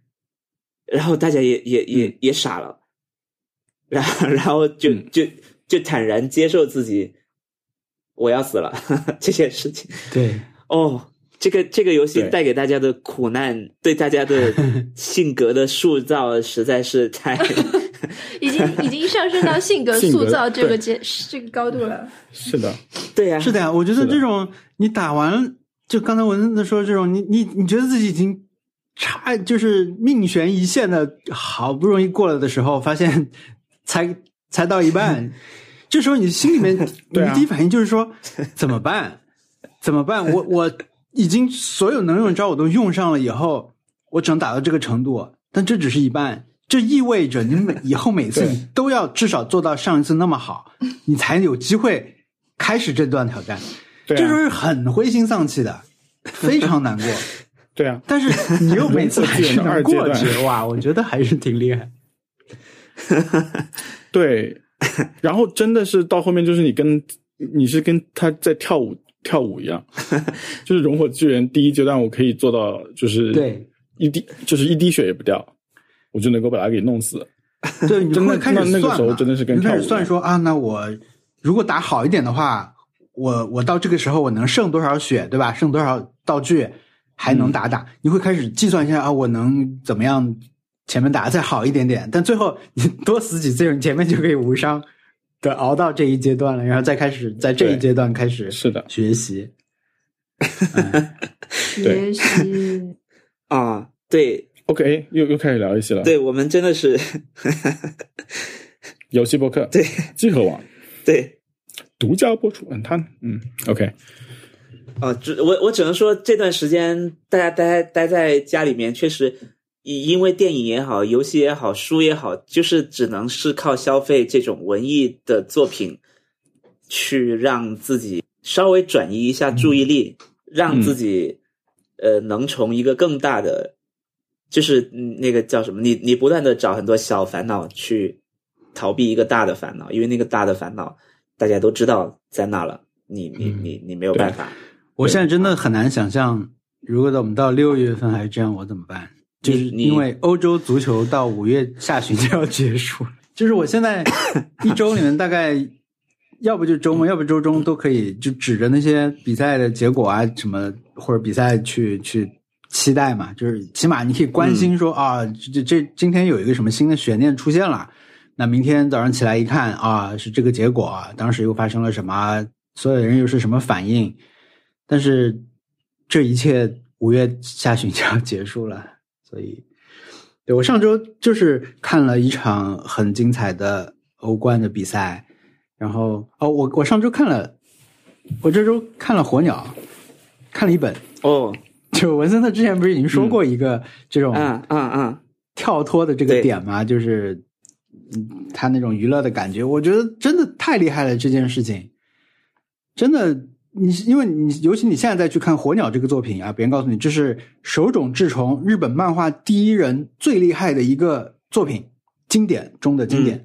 然后大家也也也也傻了，然后然后就
嗯
就就坦然接受自己我要死了 <laughs> 这件事情。
对，
哦，这个这个游戏
对
带给大家的苦难，对大家的性格的塑造，实在是太 <laughs>
已经
<laughs>
已经上升到性格
性格
塑造这个
对
阶这个高度了。
是的，
对呀、啊，
是的呀，我觉得
是的
这种你打完，就刚才文的说这种，你你你觉得自己已经差，就是命悬一线的，好不容易过了的时候，发现才 <laughs> 才到一半，这时候你心里面你
<laughs> 对啊
的第一反应就是说怎么办？怎么办？我 <laughs> 我已经所有能用的招我都用上了，以后我只能打到这个程度，但这只是一半。这意味着你每以后每次
对
你都要至少做到上一次那么好，你才有机会开始这段挑战。
对
这时候
啊，
是很灰心丧气的，非常难过。
对啊，
但是你又每
<laughs>
次还是能过
二阶
去，哇，我觉得还是挺厉害。
对，然后真的是到后面就是你跟你是跟他在跳舞跳舞一
<laughs>
样，就是熔火巨人第一阶段我可以做到就是
对
一滴就是一滴血也不掉，我就能够把他给弄死。
对，你
真的
会开始
那那
算
个
嘛
时候真的是跟
你开
跳舞
始
一样
算说啊，那我如果打好一点的话，我我到这个时候我能剩多少血，对吧？剩多少道具还能打打？
嗯
你会开始计算一下啊，我能怎么样前面打得再好一点点？但最后你 <laughs> 多死几次，你前面就可以无伤的熬到这一阶段了，然后再开始在这一
对
阶段开始
是的，
学习。
对 <laughs>
学习，
啊，对
OK，又又开始聊一些了。，
对，我们真的是
游戏播客，
对
聚合网
对
独家播出。嗯，他呢嗯，OK，
哦，只我我只能说这段时间大家待待在家里面，确实因因为电影也好，游戏也好，书也好，就是只能是靠消费这种文艺的作品，去让自己稍微转移一下注意力，让自己呃能从一个更大的，就是嗯那个叫什么，你你不断的找很多小烦恼去逃避一个大的烦恼，因为那个大的烦恼大家都知道在那了，你你你你没有办法。
我现在真的很难想象，如果我们到六月份还这样，我怎么办？
你
就是
你
因为欧洲足球到五月下旬就要结束了，就是我现在一周里面大概，要不就周末，要不周中都可以，就指着那些比赛的结果啊什么，或者比赛去去期待嘛，就是起码你可以关心说、啊，这这这今天有一个什么新的悬念出现了，那明天早上起来一看啊，是这个结果啊，当时又发生了什么，啊所有人又是什么反应？但是这一切五月下旬就要结束了，所以对我上周就是看了一场很精彩的欧冠的比赛，然后哦，我我上周看了，我这周看了火鸟，看了一本，
哦，
就文森特之前不是已经说过一个这种
嗯嗯嗯，
跳脱的这个
对
点嘛，就是嗯，他那种娱乐的感觉，我觉得真的太厉害了。这件事情真的，你因为你尤其你现在再去看《火鸟》这个作品啊，别人告诉你这是手冢治虫日本漫画第一人最厉害的一个作品，经典中的经典。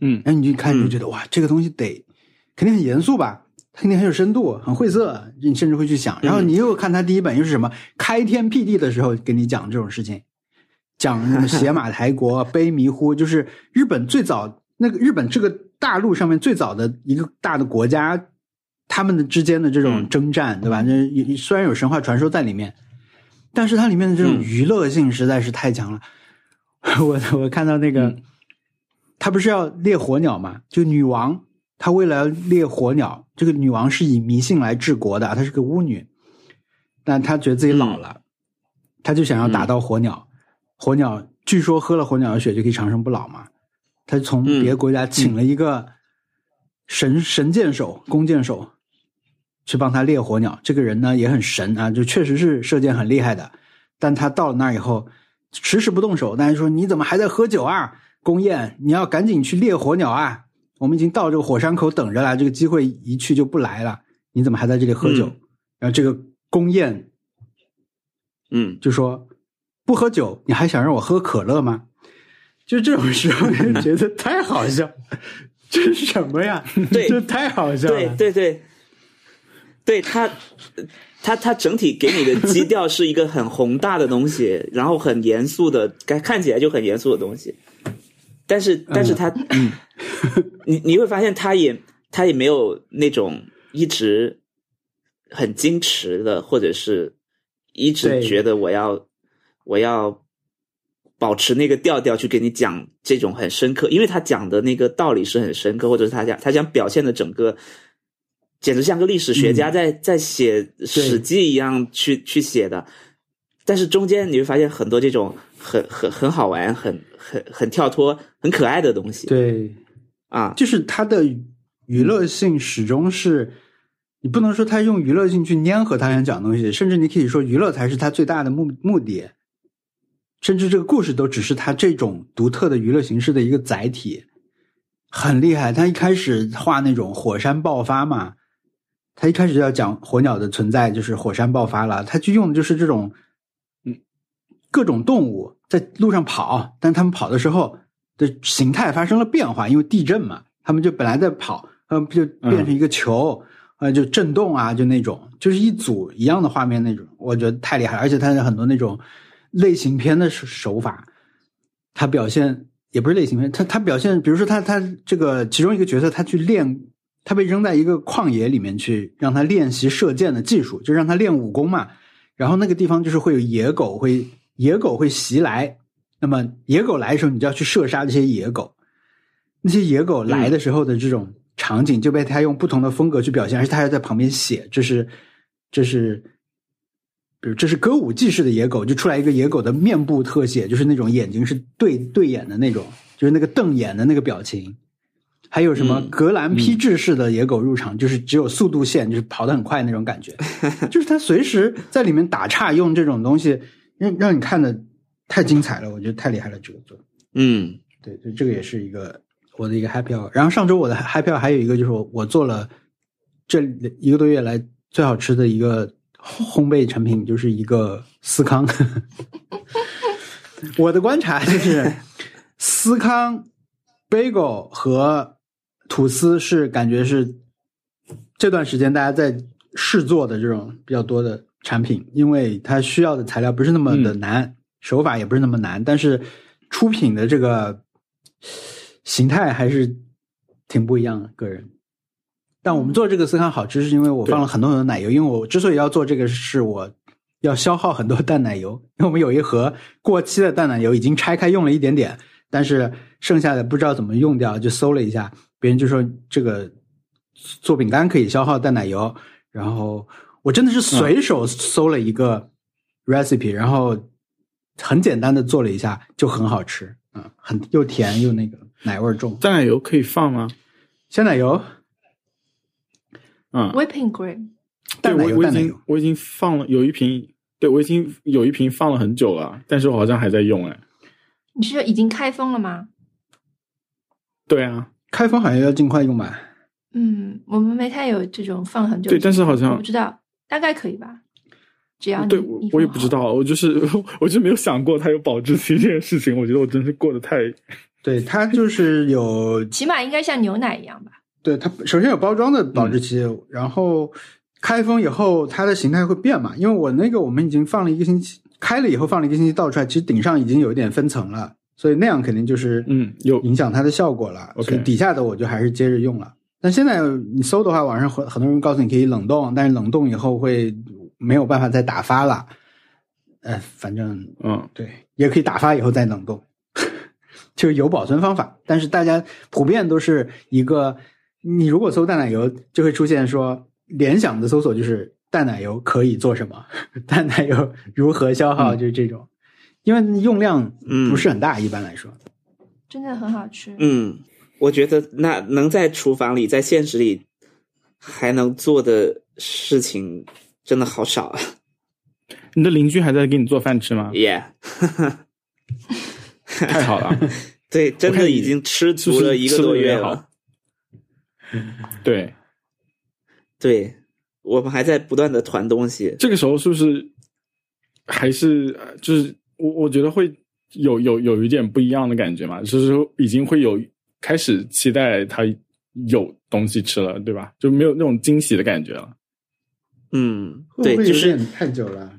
嗯
然后哎你就看，你就觉得、哇，这个东西得肯定很严肃吧，它肯定很有深度，很晦涩，你甚至会去
嗯
想。然后你又看他第一本又是什么开天辟地的时候给你讲这种事情，讲什么邪马台国、悲迷糊，就是日本最早那个日本这个大陆上面最早的一个大的国家，他们的之间的这种
嗯
征战，对吧？那也虽然有神话传说在里面，但是它里面的这种
嗯
娱乐性实在是太强了。 <laughs> 我我看到那个，
嗯
他不是要猎火鸟嘛？就女王，她为了要猎火鸟，这个女王是以迷信来治国的，她是个巫女，但她觉得自己老了，她就想要打到火鸟。火鸟据说喝了火鸟的血就可以长生不老嘛。她从
嗯
别的国家请了一个神、神箭手、弓箭手去帮他猎火鸟。这个人呢也很神啊，就确实是射箭很厉害的。但他到了那儿以后，迟迟不动手，大家说你怎么还在喝酒啊？宫宴，你要赶紧去猎火鸟啊！我们已经到这个火山口等着了，这个机会一去就不来了。你怎么还在这里喝酒？
嗯
然后这个宫宴
嗯，
就说：“不喝酒，你还想让我喝可乐吗？”就这种时候，就觉得太好笑， <laughs> 这是什么呀？
对
这太好笑
对
了。
对对，对他，他他整体给你的基调是一个很宏大的东西，然后很严肃的，看看起来就很严肃的东西，但
嗯
是但是他，你你会发现他也他也没有那种一直很矜持的，或者是一直
对
觉得我要我要。保持那个调调去给你讲这种很深刻，因为他讲的那个道理是很深刻，或者是他想他想表现的整个，简直像个历史学家在、在写《史记》一样去去写的。但是中间你会发现很多这种很很很好玩、很很很跳脱、很可爱的东西。
对
啊，
就是它的娱乐性始终是，你不能说他用娱乐性去粘合他想讲的东西，甚至你可以说娱乐才是他最大的目目的，甚至这个故事都只是他这种独特的娱乐形式的一个载体，很厉害。他一开始画那种火山爆发嘛，他一开始就要讲火鸟的存在就是火山爆发了，他就用的就是这种，嗯，各种动物在路上跑，但他们跑的时候的形态发生了变化，因为地震嘛，他们就本来在跑，嗯、就变成一个球，呃，就震动啊，就那种，就是一组一样的画面那种，我觉得太厉害了，而且他有很多那种类型片的手手法，他表现也不是类型片，他他表现，比如说他他这个其中一个角色，他去练，他被扔在一个旷野里面去，让他练习射箭的技术，就让他练武功嘛。然后那个地方就是会有野狗会野狗会袭来，那么野狗来的时候，你就要去射杀这些野狗。那些野
嗯
狗来的时候的这种场景就被他用不同的风格去表现，而且他还在旁边写，这是这是，比如这是歌舞伎式的野狗，就出来一个野狗的面部特写，就是那种眼睛是对对眼的那种，就是那个瞪眼的那个表情。还有什么
嗯
格兰披治式的野狗入场，就是只有速度线，就是跑得很快那种感觉。就是他随时在里面打岔，用这种东西让让你看的太精彩了，我觉得太厉害了这个作品。
嗯
对，就这个也是一个我的一个 happy hour。然后上周我的 happy hour 还有一个就是我我做了这一个多月来最好吃的一个烘焙产品，就是一个司康。我的观察就是，司康、bagel 和吐司是感觉是这段时间大家在试做的这种比较多的产品，因为它需要的材料不是那么的难，手法也不是那么难，但是出品的这个形态还是挺不一样的。个人，但我们做这个司康好吃，是因为我放了很多很多奶油，因为我之所以要做这个，是我要消耗很多淡奶油，因为我们有一盒过期的淡奶油已经拆开用了一点点，但是剩下的不知道怎么用掉，就搜了一下，别人就说这个做饼干可以消耗淡奶油，然后我真的是随手搜了一个 recipe，、然后很简单的做了一下，就很好吃，嗯，很又甜又那个奶味儿重。
蘸奶油可以放吗？
鲜奶油、
嗯，
whipping cream，
对
淡奶
我
油、
我
淡
已
奶
经
油，
我已经放了有一瓶，对我已经有一瓶放了很久了，但是我好像还在用哎。
你是已经开封了吗？
对啊，
开封好像要尽快用吧？
嗯，我们没太有这种放很久的。
对，但是好
我
像
不知道，大概可以吧？只
啊
要你
对我
你
我也
放
不
好
知道，我就是 <laughs> 我就没有想过它有保质期这件事情，我觉得我真是过得太
对，它就是有
起码应该像牛奶一样吧？
对它首先有包装的保
嗯
质期，然后开封以后它的形态会变嘛？因为我那个我们已经放了一个星期，开了以后放了一个星期倒出来，其实顶上已经有一点分层了，所以那样肯定就是
嗯有
影响它的效果了。
OK
所以底下的我就还是接着用了。但现在你搜的话，网上很很多人告诉你可以冷冻，但是冷冻以后会没有办法再打发了。呃，反正
嗯
对，也可以打发以后再冷冻， <laughs> 就是有保存方法。但是大家普遍都是一个，你如果搜淡奶油，就会出现说联想的搜索就是淡奶油可以做什么， <laughs> 淡奶油如何消耗，
嗯
就是这种，因为用量不是很大，一般来说。
真的很好吃。
嗯，我觉得那能在厨房里，在现实里还能做的事情真的好少啊
你的邻居还在给你做饭吃
<laughs>
吗？
！Yeah，
太好了，
对，真的已经吃足了一个多月
就是吃得有点
了
好。对，
对，我们还在不断的团东西。
这个时候是不是还是呃就是我我觉得会有有有一点不一样的感觉嘛，就是说已经会有开始期待它有东西吃了，对吧？就没有那种惊喜的感觉了。
嗯，
会
对，
不会
就
有
是
点太久了。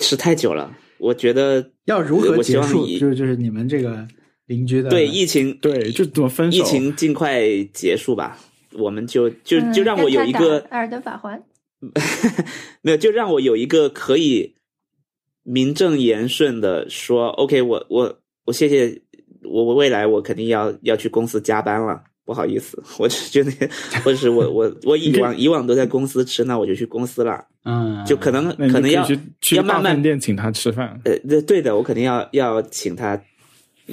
吃太久了。我觉得
要如何
我希
结
望
束？
以
就是就是你们这个邻居的
对疫情，
对，就怎么分手？
疫情尽快结束吧。我们就就
嗯
就让我有一
他打
个
艾尔登法环，
没有，就让我有一个可以名正言顺的说，OK，我我我谢谢，我我未来我肯定要要去公司加班了，不好意思，我只觉得，或者是我
<laughs>
我我以往以往都在公司吃，那我就去公司了，
嗯，
就可能
啊那你
可能
以
要
去去
要
大
慢慢
饭店请他吃饭。
呃，对对的，我肯定要要请他。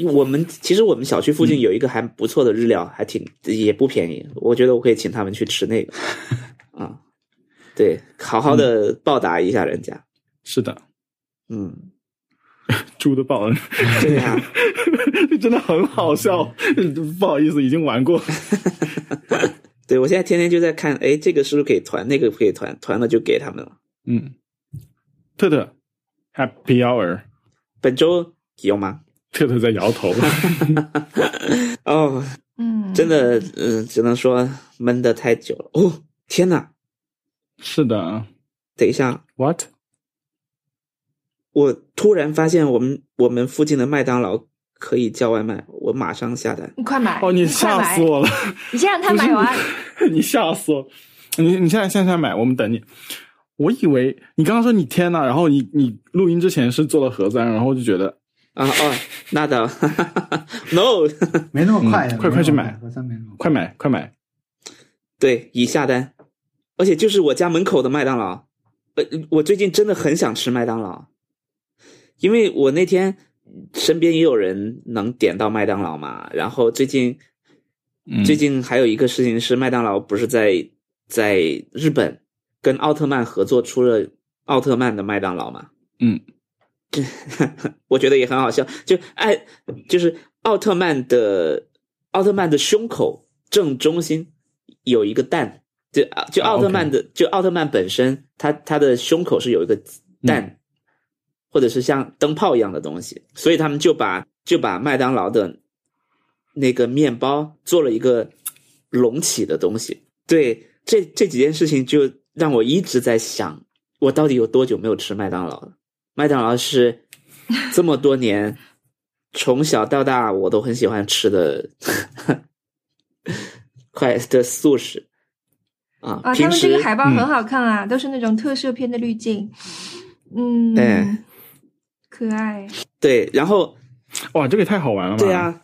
我们其实我们小区
嗯
附近有一个还不错的日料，还挺也不便宜，我觉得我可以请他们去吃
<laughs>
那个啊、对，好好的
嗯
报答一下人家，
是的，
嗯，
猪的报恩，
对呀、
这 <laughs> 真的很好笑。 <laughs> 不好意思，已经玩过。
<laughs> 对我现在天天就在看，哎，这个是不是可以团，那个可以团，团了就给他们了。
嗯，特特，Happy Hour，
本周有吗？
特特在摇头。
哦，
嗯，
真的，嗯、只能说闷的太久了。哦，天哪！
<laughs> 是的
等一下，
，What？
我突然发现我们我们附近的麦当劳可以叫外卖，我马上下单。
你快买！
哦，
你
你
快
吓
买
死！我了！ <laughs>
你先让他
不是
买完，
你吓死我！你你现在现在买，我们等你。我以为你刚刚说你天呐，然后你你录音之前是做了核酸，然后就觉得
啊哦，那倒 <laughs> ，no，
没那么快呀，
嗯快快去买
核酸没那么快。
快买快买，
对，已下单，而且就是我家门口的麦当劳。呃，我最近真的很想吃麦当劳，因为我那天身边也有人能点到麦当劳嘛，然后最近
嗯
最近还有一个事情是，麦当劳不是在在日本跟奥特曼合作出了奥特曼的麦当劳嘛？
嗯，
这 <laughs> 我觉得也很好笑，就哎，就是奥特曼的奥特曼的胸口正中心有一个蛋，就就
啊
奥特曼的、就奥特曼本身，它它的胸口是有一个蛋，或者是像灯泡一样的东西，所以他们就把就把麦当劳的那个面包做了一个隆起的东西。对，这这几件事情就让我一直在想，我到底有多久没有吃麦当劳了？麦当劳是这么多年从小到大我都很喜欢吃的快的素食啊。
啊，他
平
们
时
这个海报很
嗯
好看啊，都是那种特摄片的滤镜，嗯，
对
可爱。
对，然后
哇，这个也太好玩了嘛！
对，啊，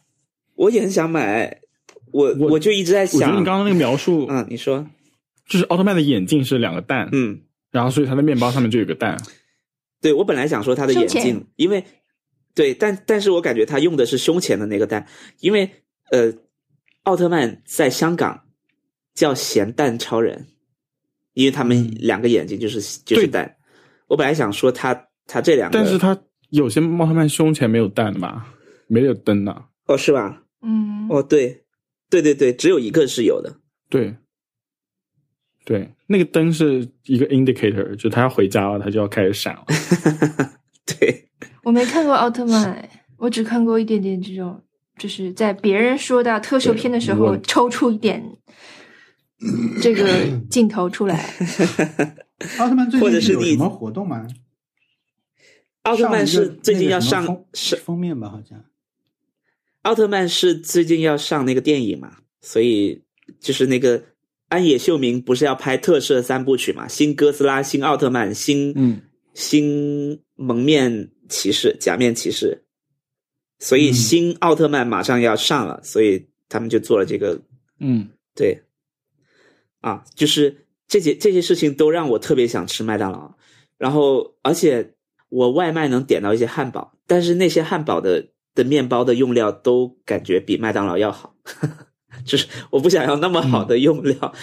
我也很想买，我
我
就一直在
我觉
想，
得你刚刚那个描述，
嗯，你说，
就是奥特曼的眼镜是两个蛋，
嗯，
然后所以它的面包上面就有个蛋，
对我本来想说他的眼
胸前
镜，因为对，但但是我感觉他用的是胸前的那个蛋，因为呃，奥特曼在香港叫咸蛋超人，因为他们
嗯
两个眼睛就是、就是
对
蛋。我本来想说他他这两个，
但是他有些奥特曼胸前没有蛋的嘛，没有灯啊的、
哦是吧？
嗯，
哦对，对对对，只有一个是有的。
对，对，那个灯是一个 indicator，就他要回家了，他就要开始闪了。
对，
我没看过奥特曼，哎我只看过一点点这种，就是在别人说到特摄片的时
对
候
我
抽出
<clears throat>
一点这个镜头出来。
奥特曼最
或者
近
是
有
你
什么活动吗？
奥特曼是最近要
上一
上
个那个什么
是
封封面吧？好像
奥特曼是最近要上那个电影嘛，所以就是那个安野秀明不是要拍特摄三部曲嘛？新哥斯拉、新奥特曼、新
<laughs> 嗯
新蒙面骑士、假面骑士，所以
嗯
新奥特曼马上要上了，所以他们就做了这个
嗯，
对，啊，就是这些这些事情都让我特别想吃麦当劳，然后而且我外卖能点到一些汉堡，但是那些汉堡的的面包的用料都感觉比麦当劳要好， <laughs> 就是我不想要那么好的用料，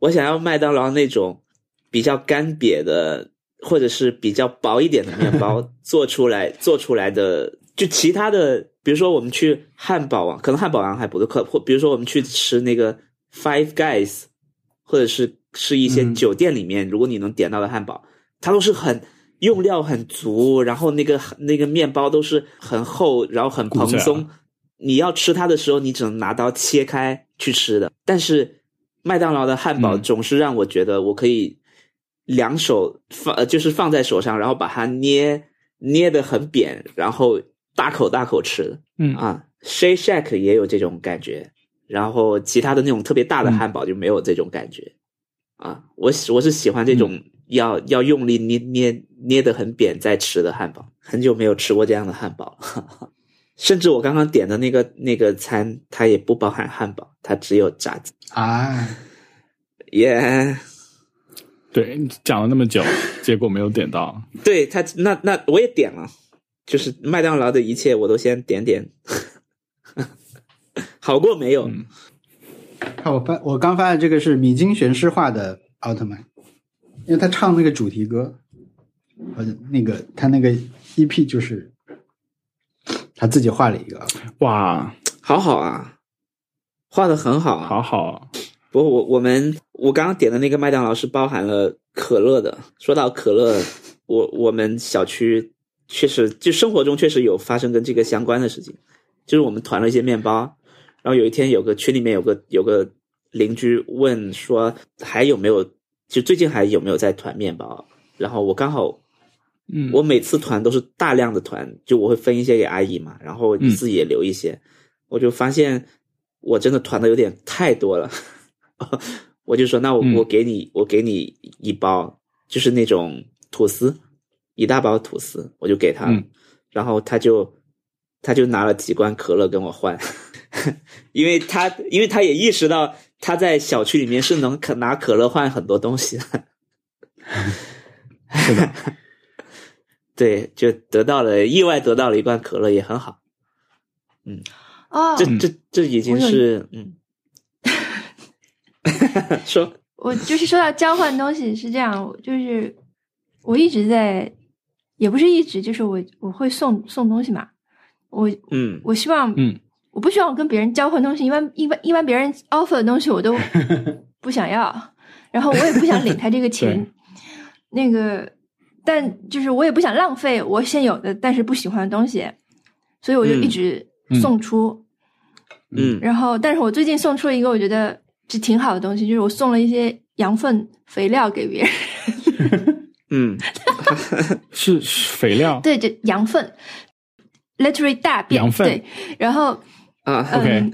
我想要麦当劳那种比较干瘪的。或者是比较薄一点的面
<laughs>
包做出来做出来的，就其他的，比如说我们去汉堡王，可能汉堡王还不错，或比如说我们去吃那个 Five Guys，或者是是一些
嗯
酒店里面，如果你能点到的汉堡，它都是很用料很足，然后那个那个面包都是很厚，然后很
骨架
蓬松。你要吃它的时候，你只能拿刀切开去吃的。但是麦当劳的汉堡
嗯
总是让我觉得我可以两手放，呃，就是放在手上，然后把它捏捏得很扁，然后大口大口吃。
嗯
啊，Shake Shack 也有这种感觉，然后其他的那种特别大的汉堡就没有这种感觉。啊，我喜我是喜欢这种要、要用力捏捏捏得很扁再吃的汉堡，很久没有吃过这样的汉堡了。 <laughs> 甚至我刚刚点的那个那个餐，它也不包含汉堡，它只有炸鸡。
啊，
耶、
对，讲了那么久，结果没有点到。
对它那那我也点了，就是麦当劳的一切我都先点点， <laughs> 好过没有？
嗯
看我发我刚发的这个是米津玄师画的奥特曼，因为他唱那个主题歌，好像那个他那个 EP 就是他自己画了
哦
一个奥特曼，
哇，
好好啊，画的很好啊。
好好，
不过我我们我刚刚点的那个麦当劳是包含了可乐的。说到可乐， <laughs> 我我们小区确实就生活中确实有发生跟这个相关的事情，就是我们团了一些面包，然后有一天有个群里面有个有个邻居问说还有没有就最近还有没有在团面包？啊然后我刚好
嗯，
我每次团都是大量的团，就我会分一些给阿姨嘛，然后
嗯
自己也留一些。我就发现我真的团的有点太多了， <laughs> 我就说那我
嗯
我给你我给你一包，就是那种吐司，一大包吐司，我就给他了。
嗯
然后他就他就拿了几罐可乐跟我换， <laughs> 因为他因为他也意识到他在小区里面是能可拿可乐换很多东西的。
是的，
对，就得到了意外得到了一罐可乐，也很好。
哦，
<coughs> 这这这已经
我有一
是
<laughs>
嗯，说
我就是说到交换东西是这样，我就是我一直在，也不是一直，就是我我会送送东西嘛。我
嗯
我希望，
嗯，
我不希望我跟别人交换东西，一般一般一般别人 offer 的东西
<laughs>
我都不想要，然后我也不想领他这个钱
<laughs> 对。
那个，但就是我也不想浪费我现有的但是不喜欢的东西，所以我就
嗯
一直
嗯
送出。
嗯
然后，但是我最近送出了一个我觉得就挺好的东西，就是我送了一些羊粪肥料给别人。
嗯
是是肥料。
对，就羊粪，literally 大便。
羊粪
对，然后
啊，
嗯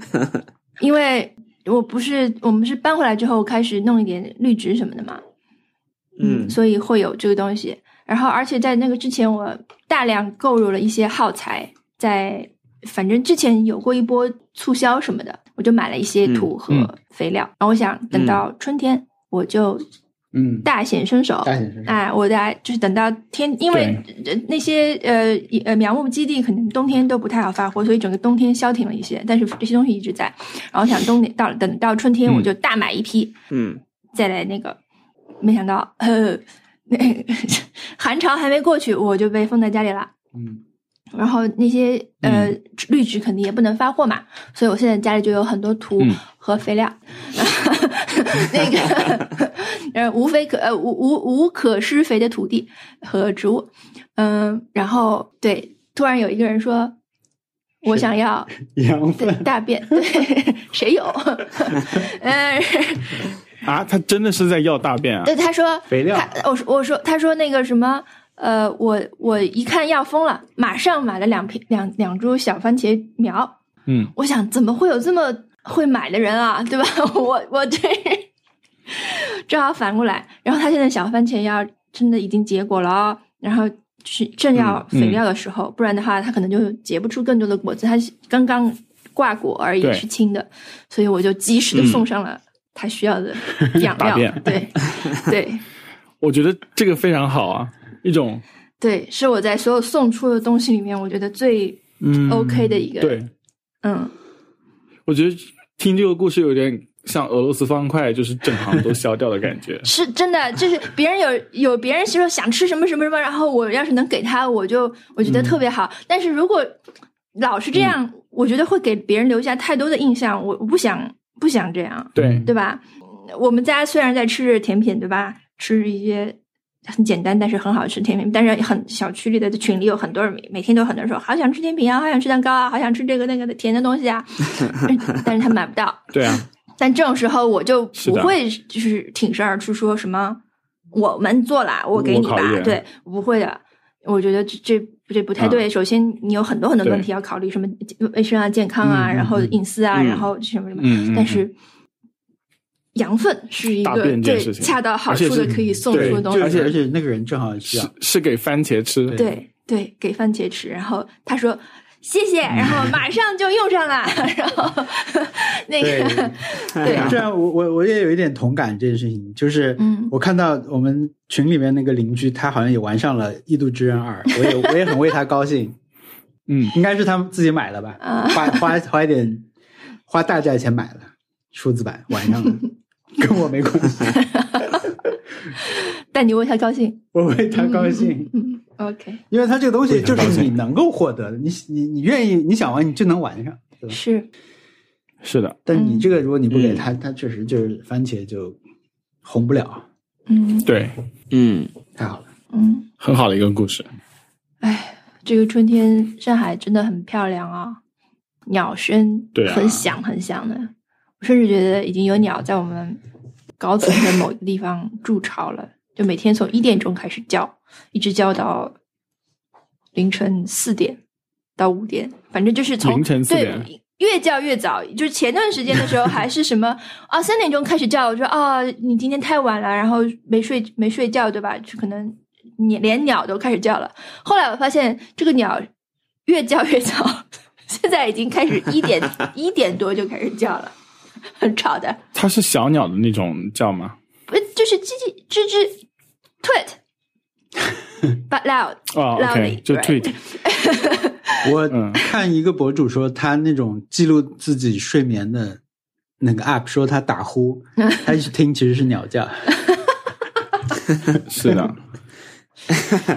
因为我不是我们是搬回来之后开始弄一点绿植什么的嘛，
嗯
所以会有这个东西。然后，而且在那个之前，我大量购入了一些耗材，在反正之前有过一波促销什么的，我就买了一些土和
嗯
肥料。然后我想等到春天，我就
嗯，
大显身手。
大显身手。
哎，我大就是等到天，因为呃那些呃也呃苗木基地可能冬天都不太好发货，所以整个冬天消停了一些，但是这些东西一直在。然后想冬天到等到春天，
嗯
我就大买一批，
嗯，
再来那个。没想到，呃，那 <laughs> 寒潮还没过去，我就被封在家里了。
嗯，
然后那些呃绿植肯定也不能发货嘛，所以我现在家里就有很多土
嗯
和肥料， <laughs> 那个 <laughs> 呃无肥可呃无无无可施肥的土地和植物，嗯、然后对，突然有一个人说，我想要
<laughs> 养
对
分。
大便，对，谁有？ <laughs> 嗯、
啊，他真的是在要大便啊！
对，他说
肥料
他我说我说他说那个什么，呃，我我一看要疯了，马上买了两瓶两两株小番茄苗。
嗯，
我想怎么会有这么会买的人啊，对吧？ <laughs> 我我这正好反过来，然后他现在小番茄要真的已经结果了哦，然后是正要
嗯嗯
肥料的时候，不然的话它可能就结不出更多的果子，它是刚刚挂果而已
对
是青的，所以我就及时的
嗯
送上了他需要的
<laughs>
养
大
料，
便
对对
我觉得这个非常好啊，一种
对，是我在所有送出的东西里面，我觉得最
嗯
OK 的一个
对，
嗯。
我觉得听这个故事有点像俄罗斯方块，就是整行
<laughs>
都消掉的感觉
是真的，就是别人有有别人说想吃什么什么什么，然后我要是能给他，我就我觉得特别好。但是如果老是这样，我觉得会给别人留下太多的印象，我我不想不想这样，
嗯
对，
对吧？我们家虽然在吃着甜品，对吧？吃着一些很简单但是很好吃的甜品，但是很小区里的群里有很多人每每天都有很多人说好想吃甜品啊，好想吃蛋糕啊，好想吃这个那个的甜的东西啊，但是他买不到。
<laughs> 对啊，
但这种时候我就是不
的
会就是挺身而出说什么我们做啦，我给你
我考
吧
验，
对，我不会的。我觉得这这这不太对。首先，你有很多很多
对
问题要考虑，什么卫生啊、健康啊，
嗯嗯
然后
嗯
隐私啊，
嗯
然后什么什么。
嗯嗯
但是养分是一
大
个
便这件
对
事情
恰到好
而且
处的
是
可以送
对
出的东西，
而且而且那个人正好需
是
要。
是给番茄吃。
啊对
对对，给番茄吃，然后他说谢谢，然后马上就用上了， <laughs> 然后那 <laughs> 个对啊
这样啊我我我也有一点同感这件事情，就是
嗯
我看到我们群里面那个邻居，他好像也玩上了《异度之刃二》，我也我也很为他高兴，
嗯，
应该是他们自己买了吧，
啊
花花花一点花大价钱买了数字版，玩上了，跟我没关系，
但你为他高兴，
我为他高兴，
嗯，OK， <laughs>
因为他这个东西就是你能够获得的，你你你愿意你想玩你就能玩上，对吧？
是。
是的，
但
嗯
你这个如果你不给他，他确实就是番茄就红不了，
嗯
对，
嗯，
太好了，
嗯，
很好的一个故事。
哎，这个春天上海真的很漂亮啊、鸟声
对啊
很响很响的，我甚至觉得已经有鸟在我们高层的某一个地方筑巢了，就每天从一点钟开始叫，一直叫到凌晨四点到五点，反正就是从
凌晨4点
对。越叫越早，就是前段时间的时候还是什
<laughs>
么啊，三点钟开始叫，我说啊，你今天太晚了，然后没睡没睡觉，对吧？就可能你连鸟都开始叫了。后来我发现这个鸟越叫越早，现在已经开始一
<laughs>
点一点多就开始叫了，很吵的，
它是小鸟的那种叫吗？
不就是叽叽吱吱 tweet
<laughs>
but loud
啊
loudly，
，OK，就
right
tweet，
我
嗯
看一个博主说，他那种记录自己睡眠的那个 app，说他打呼，他一直听其实是鸟叫。
是的。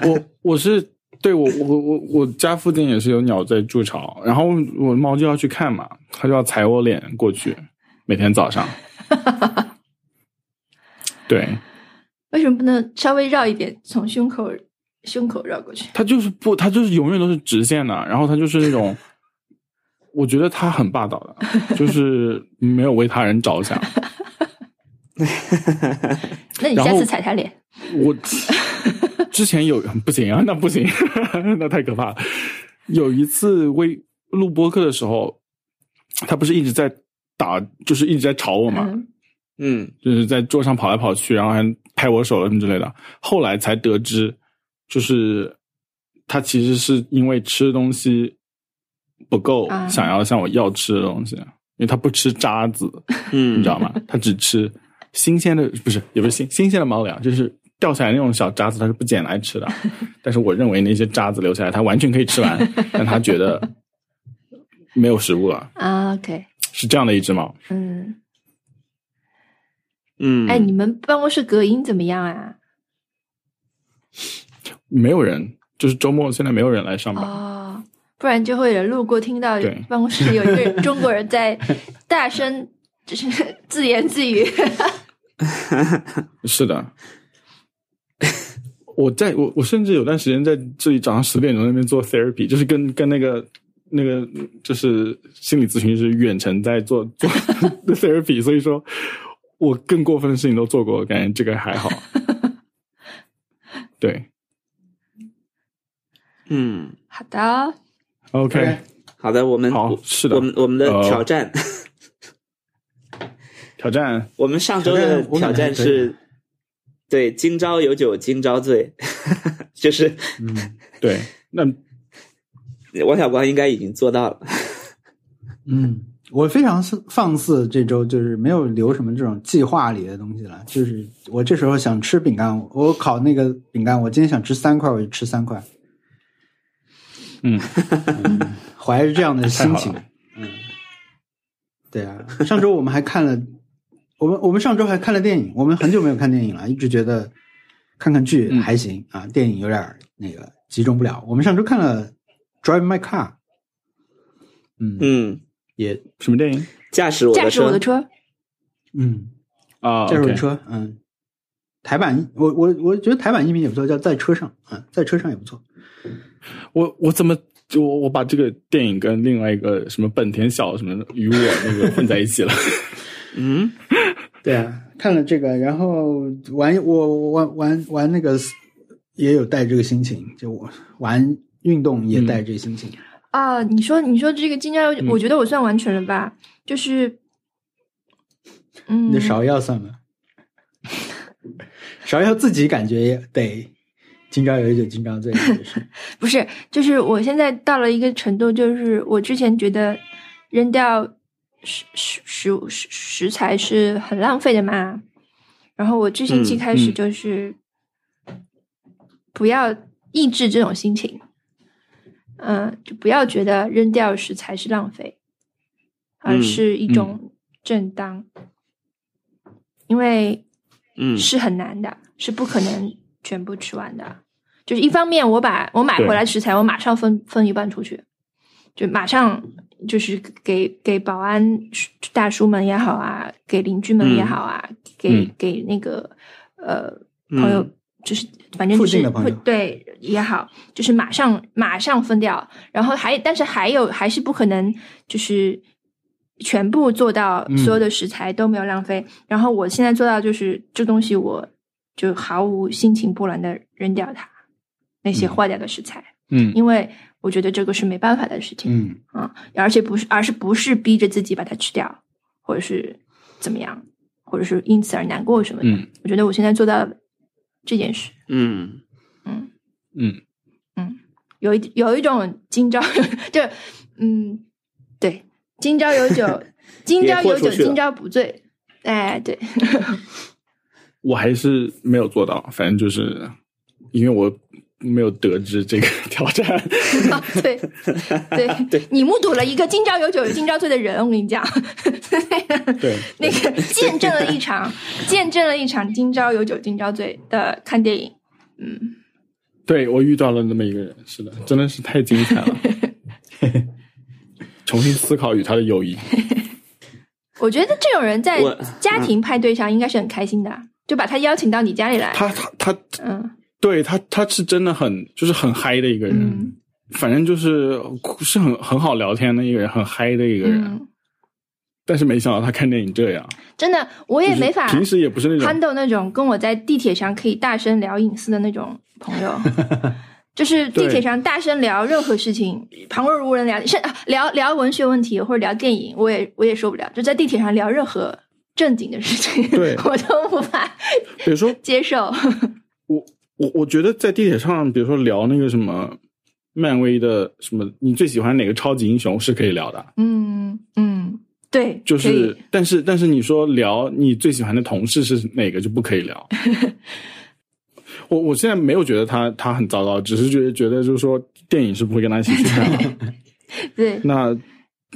我我是对我我我我家附近也是有鸟在筑巢，然后我猫就要去看嘛，它就要踩我脸过去，每天早上。对，
为什么不能稍微绕一点，从胸口胸口绕过去？
<laughs> 它就是不，它就是永远都是直线的，然后它就是那种，我觉得它很霸道的，就是没有为他人着想。
那你
然
下
后
次踩他脸，
我之前有不行啊，那不行， <laughs> 那太可怕了。有一次微录播课的时候，他不是一直在打，就是一直在吵我嘛，
嗯
嗯，
就是在桌上跑来跑去，然后还拍我手了什么之类的。后来才得知，就是他其实是因为吃东西不够，
啊
想要向我要吃的东西，因为他不吃渣子，你
嗯
知道吗？他只吃新鲜的不是也不是新新鲜的猫粮，就是掉下来那种小渣子，它是不捡来吃的。但是我认为那些渣子留下来，它完全可以吃完，但它觉得没有食物了，
啊，OK，
是这样的一只猫。
嗯，
嗯，
哎，你们办公室隔音怎么样啊？
没有人，就是周末现在没有人来上班。
哦，不然就会有人路过听到
嗯对
办公室有一个人中国人在大声就是自言自语。 <laughs>
是的， <laughs> 我在我我甚至有段时间在这里早上十点钟那边做 therapy，就是跟跟那个那个就是心理咨询师远程在做做 <laughs> therapy，所以说我更过分的事情都做过，感觉这个 <laughs> 还好。对
嗯，
好的，
，OK，
好的，我们
好
嗯我
是的
我们我们的
呃
挑战，
挑战
我们上周的挑战
挑战我感觉还可
是，对，今朝有酒今朝醉， <laughs> 就是
嗯
对，那
王小光应该已经做到了，
嗯，我非常肆放肆，这周就是没有留什么这种计划里的东西了。就是我这时候想吃饼干，我烤那个饼干，我今天想吃三块，我就吃三块，
嗯，
<laughs> 怀着这样的心
太
情
好了。
嗯，对啊，上周我们还看了，我们我们上周还看了电影，我们很久没有看电影了，一直觉得看看剧还行、啊，电影有点儿那个集中不了。我们上周看了《Drive My Car》，嗯，
嗯，
也
什么电影
驾驶我
驾
的
驶我
车
的，车，
嗯。
啊？
驾驶我的
OK
车，嗯，台版，我我我觉得台版译名也不错，叫在车上，嗯，在车上也不错。
我我怎么就我我把这个电影跟另外一个什么本田小什么的与我那个混在一起了？
嗯，
对啊，看了这个，然后玩我我玩玩玩那个也有带这个心情，就我玩运动也带这个心情。
啊，你说你说这个今朝有，
嗯
我觉得我算完全了吧，就是，嗯
你的，芍药算吗？ <laughs> 芍药自己感觉也得今朝有酒今朝醉，也是 <laughs>
不是，就是我现在到了一个程度，就是我之前觉得扔掉食食食物食食材是很浪费的嘛，然后我这星期
嗯
开始
嗯
就是不要抑制这种心情，嗯、就不要觉得扔掉食材是浪费，而
嗯
是一种正当，因为
嗯
是很难的，是不可能全部吃完的。就是一方面，我把我买
对
回来食材，我马上分分一半出去，就马上就是给给保安大叔们也好啊，给邻居们也好啊，给
嗯
给那个呃
嗯
朋友，就是反正就
附近
是
的朋友
会对也好，就是马上马上分掉，然后还但是还有还是不可能就是全部做到
嗯
所有的食材都没有浪费。然后我现在做到就是这东西我就毫无心情波澜的扔掉它，那些
嗯
坏掉的食材，
嗯
因为我觉得这个是没办法的事情。
嗯，
啊、而且不是，而是不是逼着自己把它吃掉，或者是怎么样，或者是因此而难过什么的。
嗯
我觉得我现在做到这件事，
嗯
嗯，
嗯，
有一有一种今朝 <laughs> 就嗯，对，今朝有酒，今
也
朝
豁
有
出
酒
去
今
了
朝不醉。哎，对，
我还是没有做到，反正就是因为我没有得知这个 <laughs> 挑战。
啊对，对，对，你目睹了一个今朝有酒今朝醉的人，我跟你讲， <laughs>
对，
那个见证了一场，见证了一场今朝有酒今朝醉的看电影。嗯，
<laughs> 对我遇到了那么一个人，是的，真的是太精彩
<laughs>
了。重新思考与他的友
<laughs>
谊，
我觉得这种人在
我
家
嗯
庭派对上应该是很开心的，啊就把他邀请到你家里来。
他他他，
嗯
对他他是真的很就是很嗨的一个人，
嗯
反正就是是很很好聊天的一个人，很嗨的一个人。
嗯，
但是没想到他看电影这样，
真的，我也
就是
哎没法
平时也不是那种
handle 那种跟我在地铁上可以大声聊隐私的那种朋
<laughs>
友。就是地铁
对
上大声聊任何事情，旁若无人聊，是啊聊聊文学问题或者聊电影，我也我也受不了。就在地铁上聊任何正经的事情，
对
<laughs> 我都无法
比如说
接受。
我我觉得在地铁上，比如说聊那个什么漫威的什么，你最喜欢哪个超级英雄是可以聊的，
嗯嗯，对，
啊就
可
是
以，
但是但是你说聊你最喜欢的同事是哪个就不可以
<laughs>
聊。我我现在没有觉得他他很糟糕，只是觉得觉得就是说电影是不会跟他一起去看的。
<laughs> 对
那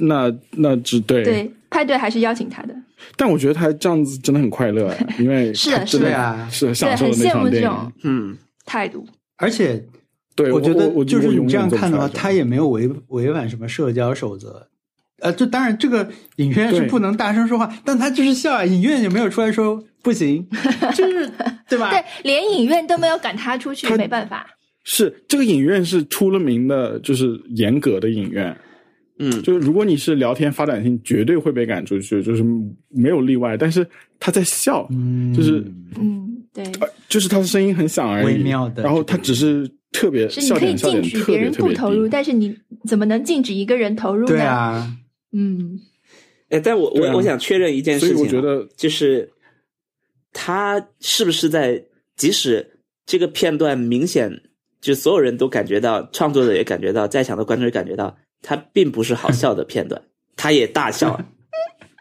那那只对
对，派对还是邀请他的，
但我觉得他这样子真的很快乐哎，因为
是的
他真
对
的
啊，
是
对，
享受
很
了那
羡慕
场
这
电
种
影。
嗯，
态度。
而且
对，
我觉
我
得
我
就是你这样看的话，
他
他也没有违违反什么社交守则。呃，这当然，这个影院是
对
不能大声说话，但他就是笑啊，影院也没有出来说不行，就是对吧？
对，连影院都没有赶他出去，没办法。
是这个影院是出了名的，就是严格的影院。
嗯
就是如果你是聊天发展性，绝对会被赶出去，就是没有例外。但是他在笑，
嗯
就是
嗯，对，
就是他的声音很响而已，
微妙的
然后他只是特别
是你
笑
可以
点笑
禁
点
止
特
别
别
人
特
不
别
投入，
低。
但是你怎么能禁止一个人投入
<laughs>
呢？
对啊，
嗯，
哎，但我
对啊
我我想确认一件
所
事
以
情啊，
我觉得
就是他是不是在，即使这个片段明显，就所有人都感觉到，创作者也感觉到，在场的观众也感觉到，他并不是好笑的片段，他也大笑，啊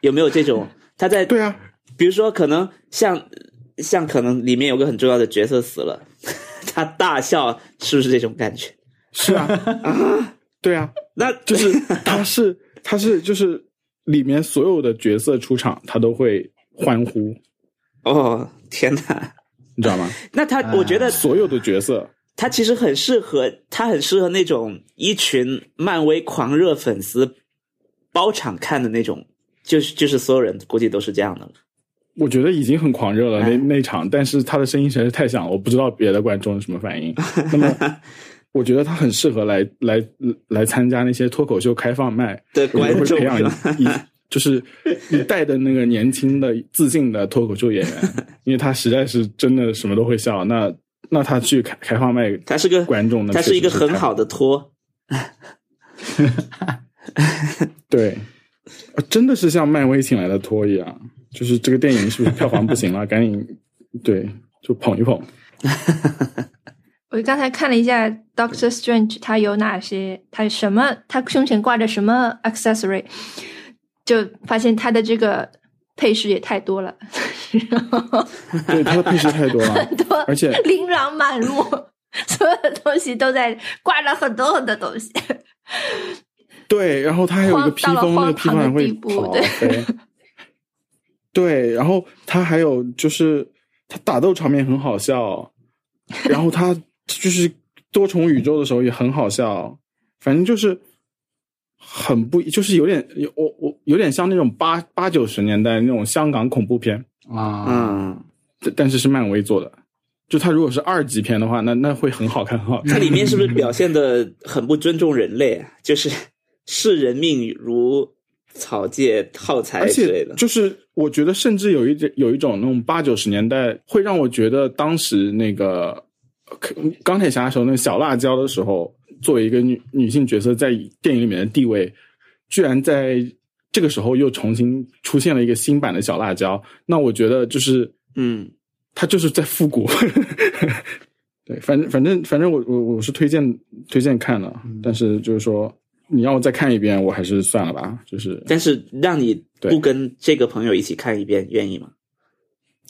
有没有这种？他在
对啊，
比如说，可能像像可能里面有个很重要的角色死了， <laughs> 他大笑，是不是这种感觉？
是
<laughs>
啊，对啊，
那
就是他是他是就是里面所有的角色出场，他都会欢呼，
哦，天哪！
你知道
<laughs>
吗？
那他，我觉得
所有的角色，
他其实很适合，他很适合那种一群漫威狂热粉丝包场看的那种，就是就是所有人估计都是这样的了。
我觉得已经很狂热了
哎
那那场，但是他的声音实在是太响了，我不知道别的观众有什么反
<laughs>
应。那么，我觉得他很适合来来来参加那些脱口秀开放麦，
的
我觉得
观
会
众
培养
是吧
一一就是一代的那个年轻的自信的脱口秀演
<laughs>
员，因为他实在是真的什么都会笑。那那他去开开放麦，
他是个
观众呢，
他
确实
是一个很
太
好的托，
对，呃真的是像漫威请来的托一样，就是这个电影是不是票房不行了，赶 <laughs> 紧对就捧一捧。
我刚才看了一下 Doctor Strange，他有哪些？他什么？他胸前挂着什么 accessory？就发现他的这个配饰也太多了， <laughs>
对，他的配饰太多了，
多
啊而且
琳琅满目，所有的东西都在挂了很多很多东西。
对，然后他还有一个
荒
披
到了
风，那个
荒
披风
唐
还
的
会
地步
跑
对 <laughs>
飞。对，然后他还有就是他打斗场面很好笑，然后
<laughs>
他就是多重宇宙的时候也很好笑，反正就是很不，就是有点有我我有点像那种八八九十年代那种香港恐怖片，
啊，
嗯，
但但是是漫威做的。就他如果是二级片的话，那那会很好看，很好看。
它里面是不是表现的很不尊重人类啊？就是 <laughs> 视人命如草芥套
而
材之类
且
的。
就是我觉得，甚至有一点有一种那种八九十年代，会让我觉得当时那个呃钢铁侠的时候，那个小辣椒的时候，作为一个女女性角色在电影里面的地位，居然在这个时候又重新出现了一个新版的小辣椒，那我觉得就是
嗯，
他就是在复
<laughs>
古。对，反正反正反正我我我是推荐推荐看的，
嗯
但是就是说你让我再看一遍，我还是算了吧，就是
但是让你
对
不跟这个朋友一起看一遍，愿意吗？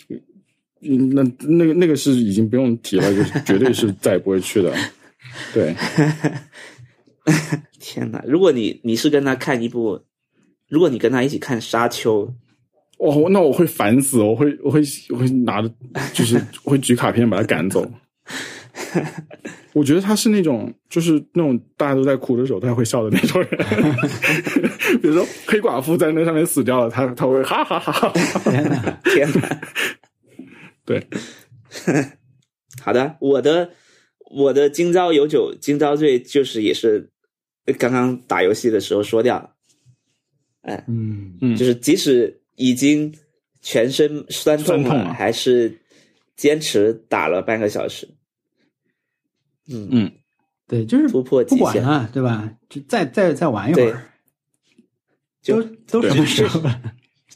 嗯，那那个那个是已经不用提了，就是 <laughs> 绝对是再也不会去的。对，
天哪！如果你你是跟他看一部，如果你跟他一起看《沙丘》，
我那我会烦死，我会我会我会拿着，就是 <laughs> 会举卡片把他赶走。我觉得他是那种，就是那种大家都在哭的时候，他会笑的那种人。 <laughs> 比如说黑寡妇在那上面死掉了，他他会哈哈哈哈。
天哪！
<laughs> 对，
好的，我的我的今朝有酒今朝醉，就是也是刚刚打游戏的时候说掉了，
嗯，
嗯
就是即使已经全身酸痛
酸痛了
还是坚持打了半个小时。嗯
嗯
对，就是
突破极
不管
限
了，对吧？就再再再玩一会
对
儿，
就
都都什么时候了？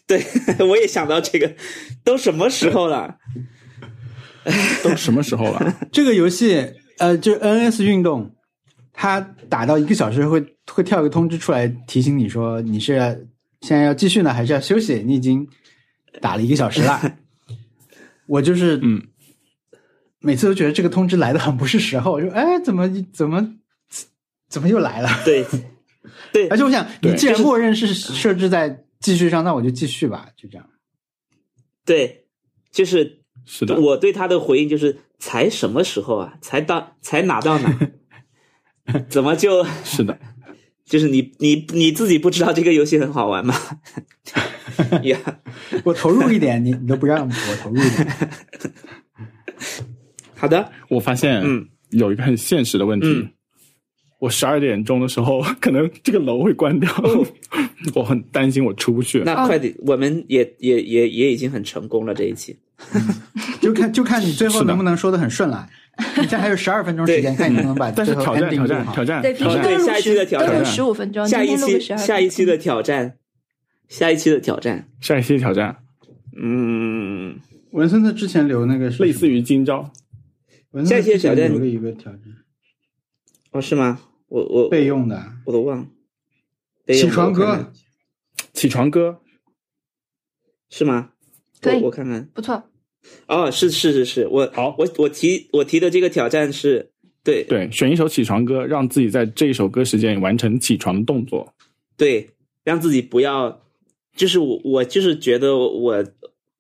对， <laughs> 我也想到这个，都什么时候了？
都什么时候 <laughs> 了？
这个游戏，呃，就是 NS 运动，它打到一个小时会会跳一个通知出来提醒你说你是现在要继续呢，还是要休息？你已经打了一个小时
<laughs>
了。我就是
嗯，
每次都觉得这个通知来的很不是时候，我说哎，怎么怎么怎么又来了？
对， <laughs> 对
而，且我想，
对
你既然默认是设置在继续上，那我就继续吧，就这样。
对，就是
是的，
我对他的回应就是才什么时候啊？才到才哪到哪？ <laughs> 怎么就是
的，
就是你你你自己不知道这个游戏很好玩吗？ <laughs> 呀，
我投入一点，你你都不让我投入一点。
好的，
我发现
嗯
有一个很现实的问题。
嗯
我十二点钟的时候， <laughs> 可能这个楼会关掉， <laughs> 我很担心我出不去。
那快点，我们也也也也已经很成功了这一期。
就看就看你最后
是的
能不能说的很顺了。你这还有十二分钟时间，看你能不能把
<laughs> 但
最
是
后
挑战
ending
挑
录
战
好
挑。战
对，平
挑战
时都
对
录
下一期
十
的挑
都
战
录十五分钟，哦今
下一
天录
期
个十二。
下一期的挑战，下一期的挑战，
下一期挑战，
嗯，
文森特之前留那个是
类似于今朝，
文森特之前
下一期的挑战
留了一个挑战，
哦是吗？我我
备用的
我都忘了。备
起
用
床
我看
歌
看，
起床歌，
是吗？
对
我我看看。
不错，
哦，是是是是，我
好
我我提我提的这个挑战是对
对，选一首起床歌，让自己在这一首歌时间完成起床动作。
对，让自己不要，就是我我就是觉得我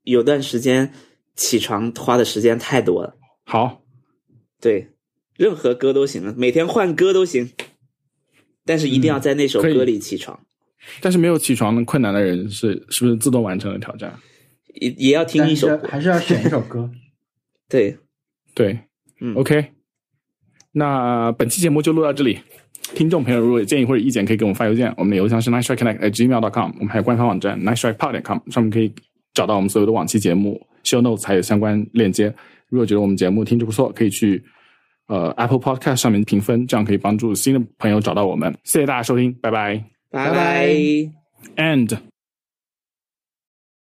有段时间起床花的时间太多了，
好，
对，任何歌都行了，每天换歌都行，但是一定要在那首
可以
歌里起床，
但是没有起床的困难的人是是不是自动完成了挑战？
也也要听
但
一首
是
歌，
还是要选一首歌。
对，
对，
嗯
OK，那本期节目就录到这里。听众朋友，如果有建议或者意见，可以给我们发邮件，我们的邮箱是 nice try connect at gmail com，我们还有官方网站 nice try pod com，上面可以找到我们所有的往期节目 show notes 还有相关链接。如果觉得我们节目听着不错，可以去呃 Apple Podcast 上面评分，这样可以帮助新的朋友找到我们。谢谢大家收听，拜拜
拜
拜
拜。
，and。